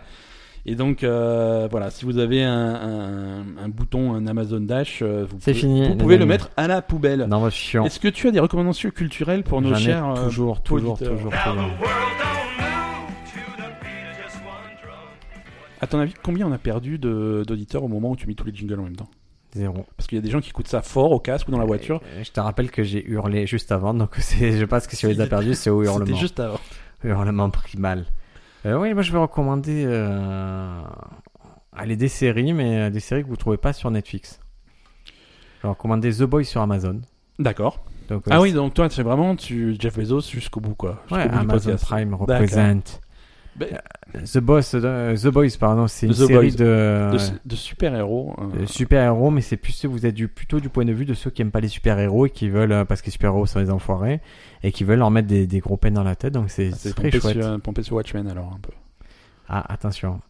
Speaker 1: Et donc euh, voilà, si vous avez un, un- un bouton, un Amazon Dash, euh, vous
Speaker 2: C'est
Speaker 1: pouvez,
Speaker 2: fini,
Speaker 1: vous
Speaker 2: les
Speaker 1: pouvez le
Speaker 2: amis.
Speaker 1: mettre à la poubelle.
Speaker 2: Dans votre chiant.
Speaker 1: Est-ce que tu as des recommandations culturelles pour nos
Speaker 2: J'en ai
Speaker 1: chers euh,
Speaker 2: toujours, toujours,
Speaker 1: auditeurs.
Speaker 2: toujours,
Speaker 3: Now the
Speaker 2: toujours.
Speaker 3: world don't move to the beat of just one drum.
Speaker 1: À ton avis, combien on a perdu de- d'auditeurs au moment où tu mets tous les jingles en même temps
Speaker 2: Zéro.
Speaker 1: Parce qu'il y a des gens qui écoutent ça fort au casque ou dans la voiture.
Speaker 2: Euh, Je te rappelle que j'ai hurlé juste avant, donc c'est, je pense que si on les a
Speaker 1: C'était-
Speaker 2: perdus, c'est au
Speaker 1: C'était
Speaker 2: hurlement.
Speaker 1: juste avant.
Speaker 2: Hurlement primal. Euh, oui, moi je vais recommander euh, allez, des séries, mais euh, des séries que vous trouvez pas sur Netflix. Je vais recommander The Boys sur Amazon.
Speaker 1: D'accord.
Speaker 2: Donc, euh,
Speaker 1: Ah oui, donc toi, c'est vraiment tu Jeff Bezos jusqu'au bout, quoi. Jusqu'au
Speaker 2: Ouais,
Speaker 1: bout du
Speaker 2: Amazon
Speaker 1: podcast.
Speaker 2: Prime représente.
Speaker 1: Ben-
Speaker 2: Euh, The Boss, euh, The Boys, pardon, c'est une
Speaker 1: The
Speaker 2: série
Speaker 1: Boys.
Speaker 2: de,
Speaker 1: De, de super-héros. euh,
Speaker 2: de super-héros, mais c'est plus vous êtes du, plutôt du point de vue de ceux qui aiment pas les super-héros et qui veulent, euh, parce que les super-héros sont des enfoirés, et qui veulent leur mettre des, des gros peines dans la tête, donc c'est
Speaker 1: Ah, c'est
Speaker 2: c'est très
Speaker 1: pompé
Speaker 2: chouette.
Speaker 1: sur, pompé sur Watchmen, alors, un peu.
Speaker 2: Ah, attention.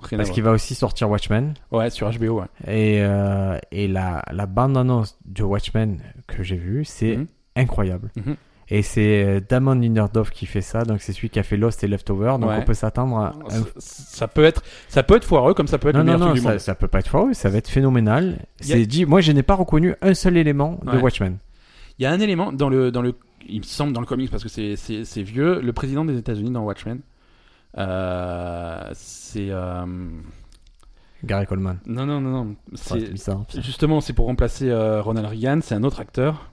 Speaker 1: Rien
Speaker 2: Parce
Speaker 1: à
Speaker 2: qu'il va aussi sortir Watchmen,
Speaker 1: voir. Ouais, sur HBO, ouais.
Speaker 2: et, euh, et la, la bande-annonce de Watchmen que j'ai vue, c'est
Speaker 1: Mhm.
Speaker 2: incroyable.
Speaker 1: Mhm.
Speaker 2: Et c'est euh, Damon Lindelof qui fait ça, donc c'est celui qui a fait Lost et Leftover, donc
Speaker 1: Ouais.
Speaker 2: on peut s'attendre à un
Speaker 1: ah, Ça- Ça peut être, ça peut être foireux comme ça peut être
Speaker 2: non,
Speaker 1: le
Speaker 2: non,
Speaker 1: meilleur
Speaker 2: non,
Speaker 1: truc du
Speaker 2: ça,
Speaker 1: monde.
Speaker 2: ça peut pas être faux, ça va être phénoménal.
Speaker 1: Y a-
Speaker 2: C'est dit, moi je n'ai pas reconnu un seul élément de
Speaker 1: Ouais.
Speaker 2: Watchmen.
Speaker 1: Il y a un élément dans le, dans le, il me semble dans le comics parce que c'est, c'est, c'est vieux. Le président des États-Unis dans Watchmen, euh, c'est, euh,
Speaker 2: Gary Coleman.
Speaker 1: non, non, non, non,
Speaker 2: Ça,
Speaker 1: c'est,
Speaker 2: C'est bizarre.
Speaker 1: Justement, c'est pour remplacer euh, Ronald Reagan, c'est un autre acteur.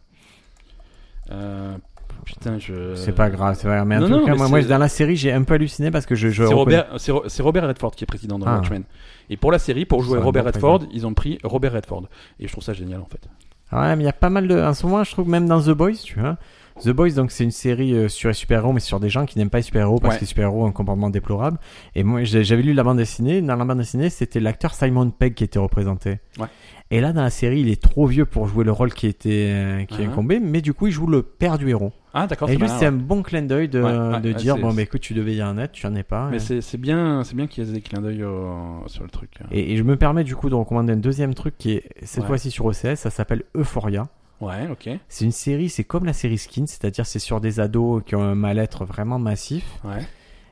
Speaker 1: Euh, putain, je.
Speaker 2: C'est pas grave, c'est pas grave. Mais en
Speaker 1: Non,
Speaker 2: tout
Speaker 1: non,
Speaker 2: cas,
Speaker 1: mais
Speaker 2: moi,
Speaker 1: c'est-
Speaker 2: moi, dans la série, j'ai un peu halluciné parce que je. je
Speaker 1: C'est
Speaker 2: reconnais-
Speaker 1: Robert, c'est Ro- c'est Robert Redford qui est président dans
Speaker 2: Ah.
Speaker 1: Watchmen. Et pour la série, pour jouer
Speaker 2: Ça va
Speaker 1: Robert
Speaker 2: bien,
Speaker 1: Redford, ils ont pris Robert Redford. Et je trouve ça génial en fait.
Speaker 2: Ouais, mais il y a pas mal de. En ce moment, je trouve même dans The Boys, tu vois. The Boys, donc c'est une série euh, sur les super-héros, mais sur des gens qui n'aiment pas les super-héros parce
Speaker 1: Ouais.
Speaker 2: que les super-héros ont un comportement déplorable. Et moi, j'ai- j'avais lu la bande dessinée. Dans la bande dessinée, c'était l'acteur Simon Pegg qui était représenté.
Speaker 1: Ouais.
Speaker 2: Et là, dans la série, il est trop vieux pour jouer le rôle qui était euh, qui
Speaker 1: Ah.
Speaker 2: incombait, mais du coup, il joue le père du héros.
Speaker 1: Ah, d'accord,
Speaker 2: Et
Speaker 1: c'est
Speaker 2: lui,
Speaker 1: malin,
Speaker 2: c'est
Speaker 1: ouais.
Speaker 2: un bon clin d'œil de,
Speaker 1: Ouais, ouais,
Speaker 2: de
Speaker 1: ouais,
Speaker 2: dire
Speaker 1: c'est-
Speaker 2: bon, bah écoute, tu devais y en être, tu en es pas.
Speaker 1: Mais
Speaker 2: Et-
Speaker 1: c'est c'est bien, c'est bien qu'il y ait des clins d'œil euh, sur le truc.
Speaker 2: et, et je me permets du coup de recommander un deuxième truc qui est cette
Speaker 1: Ouais.
Speaker 2: fois-ci sur OCS, ça s'appelle Euphoria.
Speaker 1: Ouais, ok.
Speaker 2: C'est une série, c'est comme la série Skin, c'est-à-dire c'est sur des ados qui ont un mal-être vraiment massif.
Speaker 1: Ouais.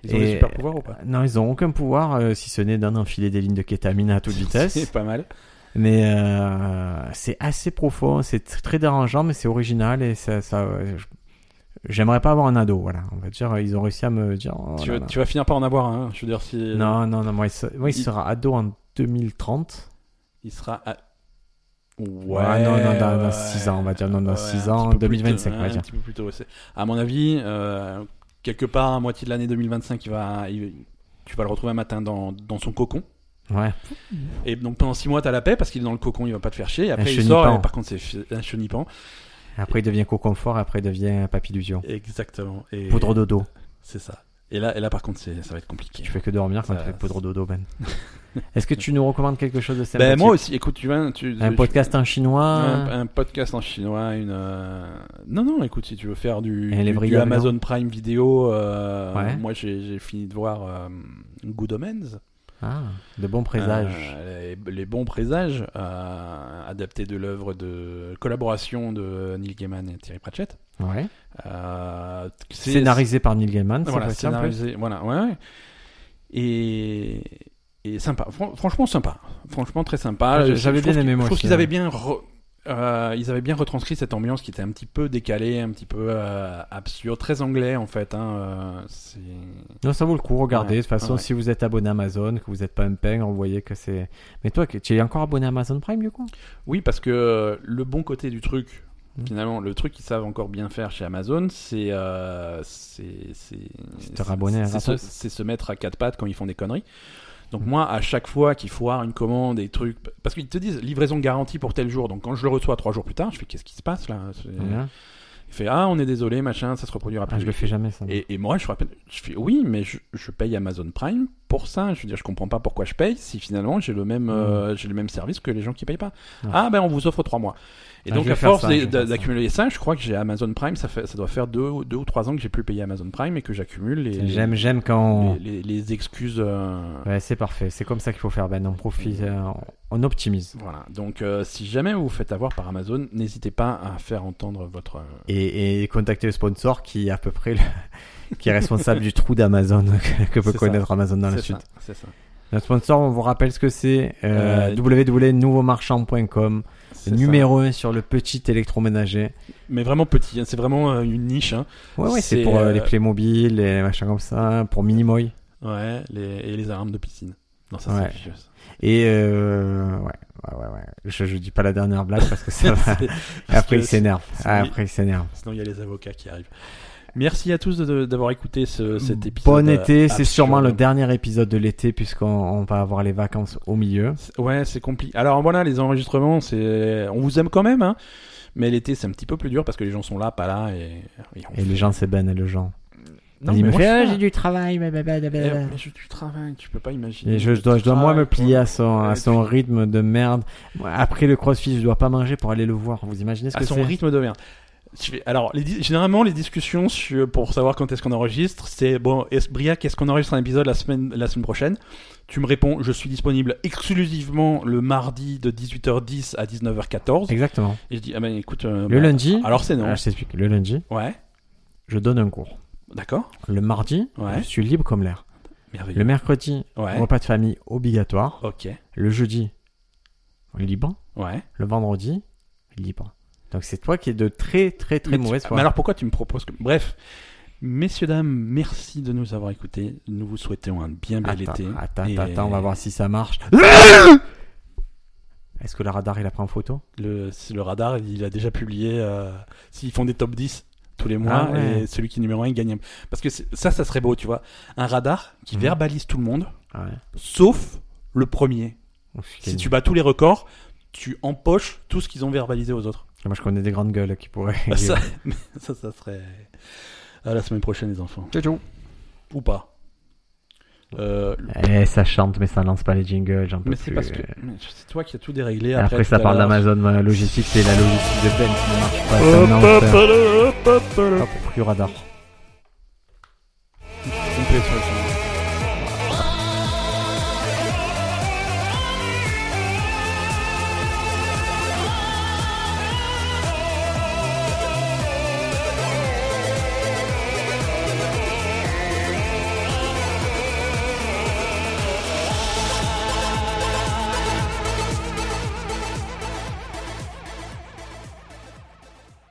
Speaker 1: Ils ont
Speaker 2: Et-
Speaker 1: des super pouvoirs ou pas
Speaker 2: Non, ils n'ont aucun pouvoir euh, si ce n'est d'en enfiler des lignes de kétamine à toute
Speaker 1: C'est
Speaker 2: vitesse.
Speaker 1: pas mal.
Speaker 2: Mais euh, c'est assez profond, c'est tr- très dérangeant, mais c'est original et ça. ça, euh, je- J'aimerais pas avoir un ado, voilà. On va dire, ils ont réussi à me dire. oh
Speaker 1: tu,
Speaker 2: là
Speaker 1: vas-
Speaker 2: là.
Speaker 1: tu vas finir par en avoir un. hein. Je veux dire, si
Speaker 2: Non, non, non, moi il, se- moi, il
Speaker 1: Il-
Speaker 2: sera ado en 2030.
Speaker 1: il sera. à- Ouais,
Speaker 2: Ouais, non, non, dans- dans six ans, on va dire, non, dans
Speaker 1: ouais,
Speaker 2: six
Speaker 1: un
Speaker 2: ans,
Speaker 1: petit peu plus
Speaker 2: 2025,
Speaker 1: tôt,
Speaker 2: on va
Speaker 1: un
Speaker 2: dire.
Speaker 1: petit peu plus tôt, c'est- À mon avis, euh, quelque part à moitié de l'année 2025, il va, il- tu vas le retrouver un matin dans, dans son cocon.
Speaker 2: Ouais.
Speaker 1: Et donc pendant 6 mois, t'as la paix parce qu'il est dans le cocon, il va pas te faire chier. Et après, il
Speaker 2: chenilpan.
Speaker 1: sort, et par contre, c'est fi- un chenipan.
Speaker 2: Après, il devient co-confort, après, il devient papillusion.
Speaker 1: Exactement. Et
Speaker 2: Poudre dodo.
Speaker 1: C'est ça. Et là, et là, par contre, c'est- ça va être compliqué.
Speaker 2: Tu fais que dormir quand
Speaker 1: Ça-
Speaker 2: tu fais poudre dodo, Ben. Est-ce que tu nous recommandes quelque chose de sympathique
Speaker 1: Ben, moi aussi, écoute, tu vas. Tu,
Speaker 2: Un
Speaker 1: tu-
Speaker 2: podcast en chinois
Speaker 1: un, un podcast en chinois, une. euh, Non, non, écoute, si tu veux faire du,
Speaker 2: Et les
Speaker 1: du- du
Speaker 2: brigands,
Speaker 1: Amazon Prime vidéo, euh,
Speaker 2: Ouais.
Speaker 1: moi j'ai j'ai fini de voir euh, Good Omens.
Speaker 2: Ah, de bons présages.
Speaker 1: Euh, les, les bons présages, euh, adaptés de l'œuvre de collaboration de Neil Gaiman et Thierry Pratchett.
Speaker 2: Ouais.
Speaker 1: Euh, c'est-
Speaker 2: Scénarisé par Neil Gaiman, c'est
Speaker 1: voilà,
Speaker 2: pas simple.
Speaker 1: scénarisé, voilà, ouais, ouais. Et, et sympa, Fran- franchement sympa, franchement très sympa.
Speaker 2: Ouais,
Speaker 1: Je-
Speaker 2: Ah, j'avais
Speaker 1: je
Speaker 2: bien
Speaker 1: trouve
Speaker 2: aimé,
Speaker 1: qu'ils-
Speaker 2: moi
Speaker 1: Je trouve
Speaker 2: aussi, hein.
Speaker 1: qu'ils avaient
Speaker 2: ouais.
Speaker 1: bien, re- euh, ils avaient bien retranscrit cette ambiance qui était un petit peu décalée, un petit peu euh, absurde, très anglais en fait. hein, euh, c'est-
Speaker 2: Non, ça vaut le coup, regardez.
Speaker 1: Ouais,
Speaker 2: De toute façon,
Speaker 1: ouais.
Speaker 2: si vous êtes abonné à Amazon, que vous n'êtes pas un ping, on voyait que c'est. Mais toi, que- tu es encore abonné à Amazon Prime, du coup
Speaker 1: Oui, parce que euh, le bon côté du truc.
Speaker 2: Mm.
Speaker 1: Finalement, le truc qu'ils savent encore bien faire chez Amazon, c'est euh, c'est c'est-
Speaker 2: te
Speaker 1: c'est-
Speaker 2: rabonner à
Speaker 1: c'est se-
Speaker 2: gratos.
Speaker 1: c'est se mettre à quatre pattes quand ils font des conneries. Donc
Speaker 2: Mm.
Speaker 1: moi, à chaque fois qu'il foire une commande et trucs, parce qu'ils te disent livraison garantie pour tel jour. Donc quand je le reçois trois jours plus tard, je fais qu'est-ce qui se passe là C'est-
Speaker 2: Bien.
Speaker 1: Il fait ah on est désolé machin, ça se reproduira
Speaker 2: Ah,
Speaker 1: plus.
Speaker 2: Je le fais jamais, ça.
Speaker 1: Et, et moi, je rappelle, je fais oui, mais je, je paye Amazon Prime pour ça. Je veux dire, je comprends pas pourquoi je paye si finalement j'ai le même, euh, j'ai le même service que les gens qui payent pas.
Speaker 2: Mmh. Ouais.
Speaker 1: Ah ben, on vous offre trois mois. Et
Speaker 2: Ah, je
Speaker 1: donc
Speaker 2: vais
Speaker 1: à
Speaker 2: faire
Speaker 1: force
Speaker 2: ça, je
Speaker 1: d'a-
Speaker 2: vais faire ça.
Speaker 1: d'accumuler ça, je crois que j'ai Amazon Prime. Ça fait, ça doit faire deux, ou- deux ou trois ans que j'ai plus payé Amazon Prime et que j'accumule les,
Speaker 2: J'aime,
Speaker 1: les,
Speaker 2: j'aime quand. on-
Speaker 1: les- les excuses. euh,
Speaker 2: Ouais, c'est parfait. C'est comme ça qu'il faut faire, Ben. On profite, euh, on optimise.
Speaker 1: Voilà. Donc, euh, si jamais vous vous faites avoir par Amazon, n'hésitez pas à faire entendre votre. euh,
Speaker 2: Et, et contacter le sponsor qui est à peu près le- qui est responsable du trou d'Amazon que peut
Speaker 1: C'est ça.
Speaker 2: connaître Amazon dans le
Speaker 1: c'est
Speaker 2: sud.
Speaker 1: ça, c'est ça.
Speaker 2: Notre sponsor, on vous rappelle ce que c'est euh,
Speaker 1: Euh,
Speaker 2: www.nouveaumarchand.com,
Speaker 1: C'est ça.
Speaker 2: numéro 1 sur le petit électroménager.
Speaker 1: Mais vraiment petit. hein, C'est vraiment euh, une niche. hein.
Speaker 2: Ouais, ouais, c'est
Speaker 1: C'est,
Speaker 2: pour euh,
Speaker 1: euh,
Speaker 2: les Playmobil, les machins comme ça, pour Minimoy.
Speaker 1: Ouais, les, et les armes de piscine. Non, ça
Speaker 2: Ouais.
Speaker 1: c'est vieux, ça.
Speaker 2: Et euh, ouais, ouais, ouais, ouais. Je, je dis pas la dernière blague parce que ça va.
Speaker 1: C'est- parce
Speaker 2: Après,
Speaker 1: que
Speaker 2: il s'énerve.
Speaker 1: c'est-
Speaker 2: Ah, Après, il s'énerve.
Speaker 1: Sinon, il y a les avocats qui arrivent. Merci à tous de- de- d'avoir écouté ce, cet épisode. euh,
Speaker 2: Bon été, c'est
Speaker 1: absurde.
Speaker 2: sûrement le dernier épisode de l'été puisqu'on on va avoir les vacances au milieu.
Speaker 1: C'est- Ouais, c'est compliqué. Alors voilà, les enregistrements, c'est on vous aime quand même, hein. Mais l'été, c'est un petit peu plus dur parce que les gens sont là, pas là, et, on-
Speaker 2: Et les gens, c'est Ben et le gens.
Speaker 1: Non,
Speaker 2: il
Speaker 1: mais
Speaker 2: me
Speaker 1: moi,
Speaker 2: fait,
Speaker 1: je
Speaker 2: Ah,
Speaker 1: suis
Speaker 2: j'ai
Speaker 1: là.
Speaker 2: du travail, blablabla.
Speaker 1: Eh, mais je du travail, tu peux pas imaginer.
Speaker 2: Et je, je dois, je dois moi me plier à son, à
Speaker 1: Ouais,
Speaker 2: son
Speaker 1: puis-
Speaker 2: rythme de merde. Moi, Après le crossfit, je dois pas manger pour aller le voir. Vous imaginez ce
Speaker 1: à
Speaker 2: que
Speaker 1: son
Speaker 2: c'est
Speaker 1: rythme de merde. Je fais- Alors, les dis- généralement, les discussions sur- pour savoir quand est-ce qu'on enregistre, c'est bon, est-ce, Briac, est-ce qu'on enregistre un épisode la semaine, la semaine prochaine Tu me réponds, je suis disponible exclusivement le mardi de 18h10 à 19h14.
Speaker 2: Exactement.
Speaker 1: Et je dis, ah ben écoute, euh, bah,
Speaker 2: Le lundi, Ah.
Speaker 1: alors c'est non.
Speaker 2: alors, je t'explique. Le lundi,
Speaker 1: ouais,
Speaker 2: je donne un cours.
Speaker 1: d'accord,
Speaker 2: Le mardi,
Speaker 1: Ouais.
Speaker 2: je suis libre comme l'air. Le
Speaker 1: merveilleux.
Speaker 2: mercredi,
Speaker 1: Ouais,
Speaker 2: repas de famille obligatoire.
Speaker 1: ok,
Speaker 2: Le jeudi, libre.
Speaker 1: ouais.
Speaker 2: Le vendredi, libre. Donc c'est toi qui es de très très très
Speaker 1: Mais tu- Bah,
Speaker 2: mauvaise foi.
Speaker 1: Mais alors pourquoi tu me proposes que... Bref, messieurs, dames, merci de nous avoir écoutés. Nous vous souhaitons un bien bel
Speaker 2: attends,
Speaker 1: été.
Speaker 2: attends,
Speaker 1: Et
Speaker 2: attends, on va voir si ça marche. Est-ce que le radar il a pris en photo
Speaker 1: Le, c'est le radar, il a déjà publié euh, s'ils font des top 10 tous les mois
Speaker 2: Ah ouais.
Speaker 1: et celui qui est numéro 1 il gagne. un- Parce que c'est- ça, ça serait beau, tu vois. Un radar qui
Speaker 2: Mhm.
Speaker 1: verbalise tout le monde,
Speaker 2: Ah ouais.
Speaker 1: sauf le premier.
Speaker 2: Oh, je suis
Speaker 1: Si
Speaker 2: gagné.
Speaker 1: tu bats tous les records, tu empoches tout ce qu'ils ont verbalisé aux autres.
Speaker 2: Moi je connais des grandes gueules qui pourraient.
Speaker 1: ça, ça, ça serait à la semaine prochaine, les enfants.
Speaker 2: Ciao, ciao.
Speaker 1: Ou pas. Euh,
Speaker 2: Eh, ça chante, mais ça lance pas les jingles, j'en peux
Speaker 1: mais c'est
Speaker 2: plus.
Speaker 1: parce que mais c'est toi qui as tout déréglé.
Speaker 2: Et Après,
Speaker 1: Après,
Speaker 2: ça
Speaker 1: tout à
Speaker 2: parle
Speaker 1: l'heure.
Speaker 2: d'Amazon ma logistique, c'est la logistique de Ben qui ne marche pas. ça n'en fait- Hop, plus radar.
Speaker 1: Complet sur le-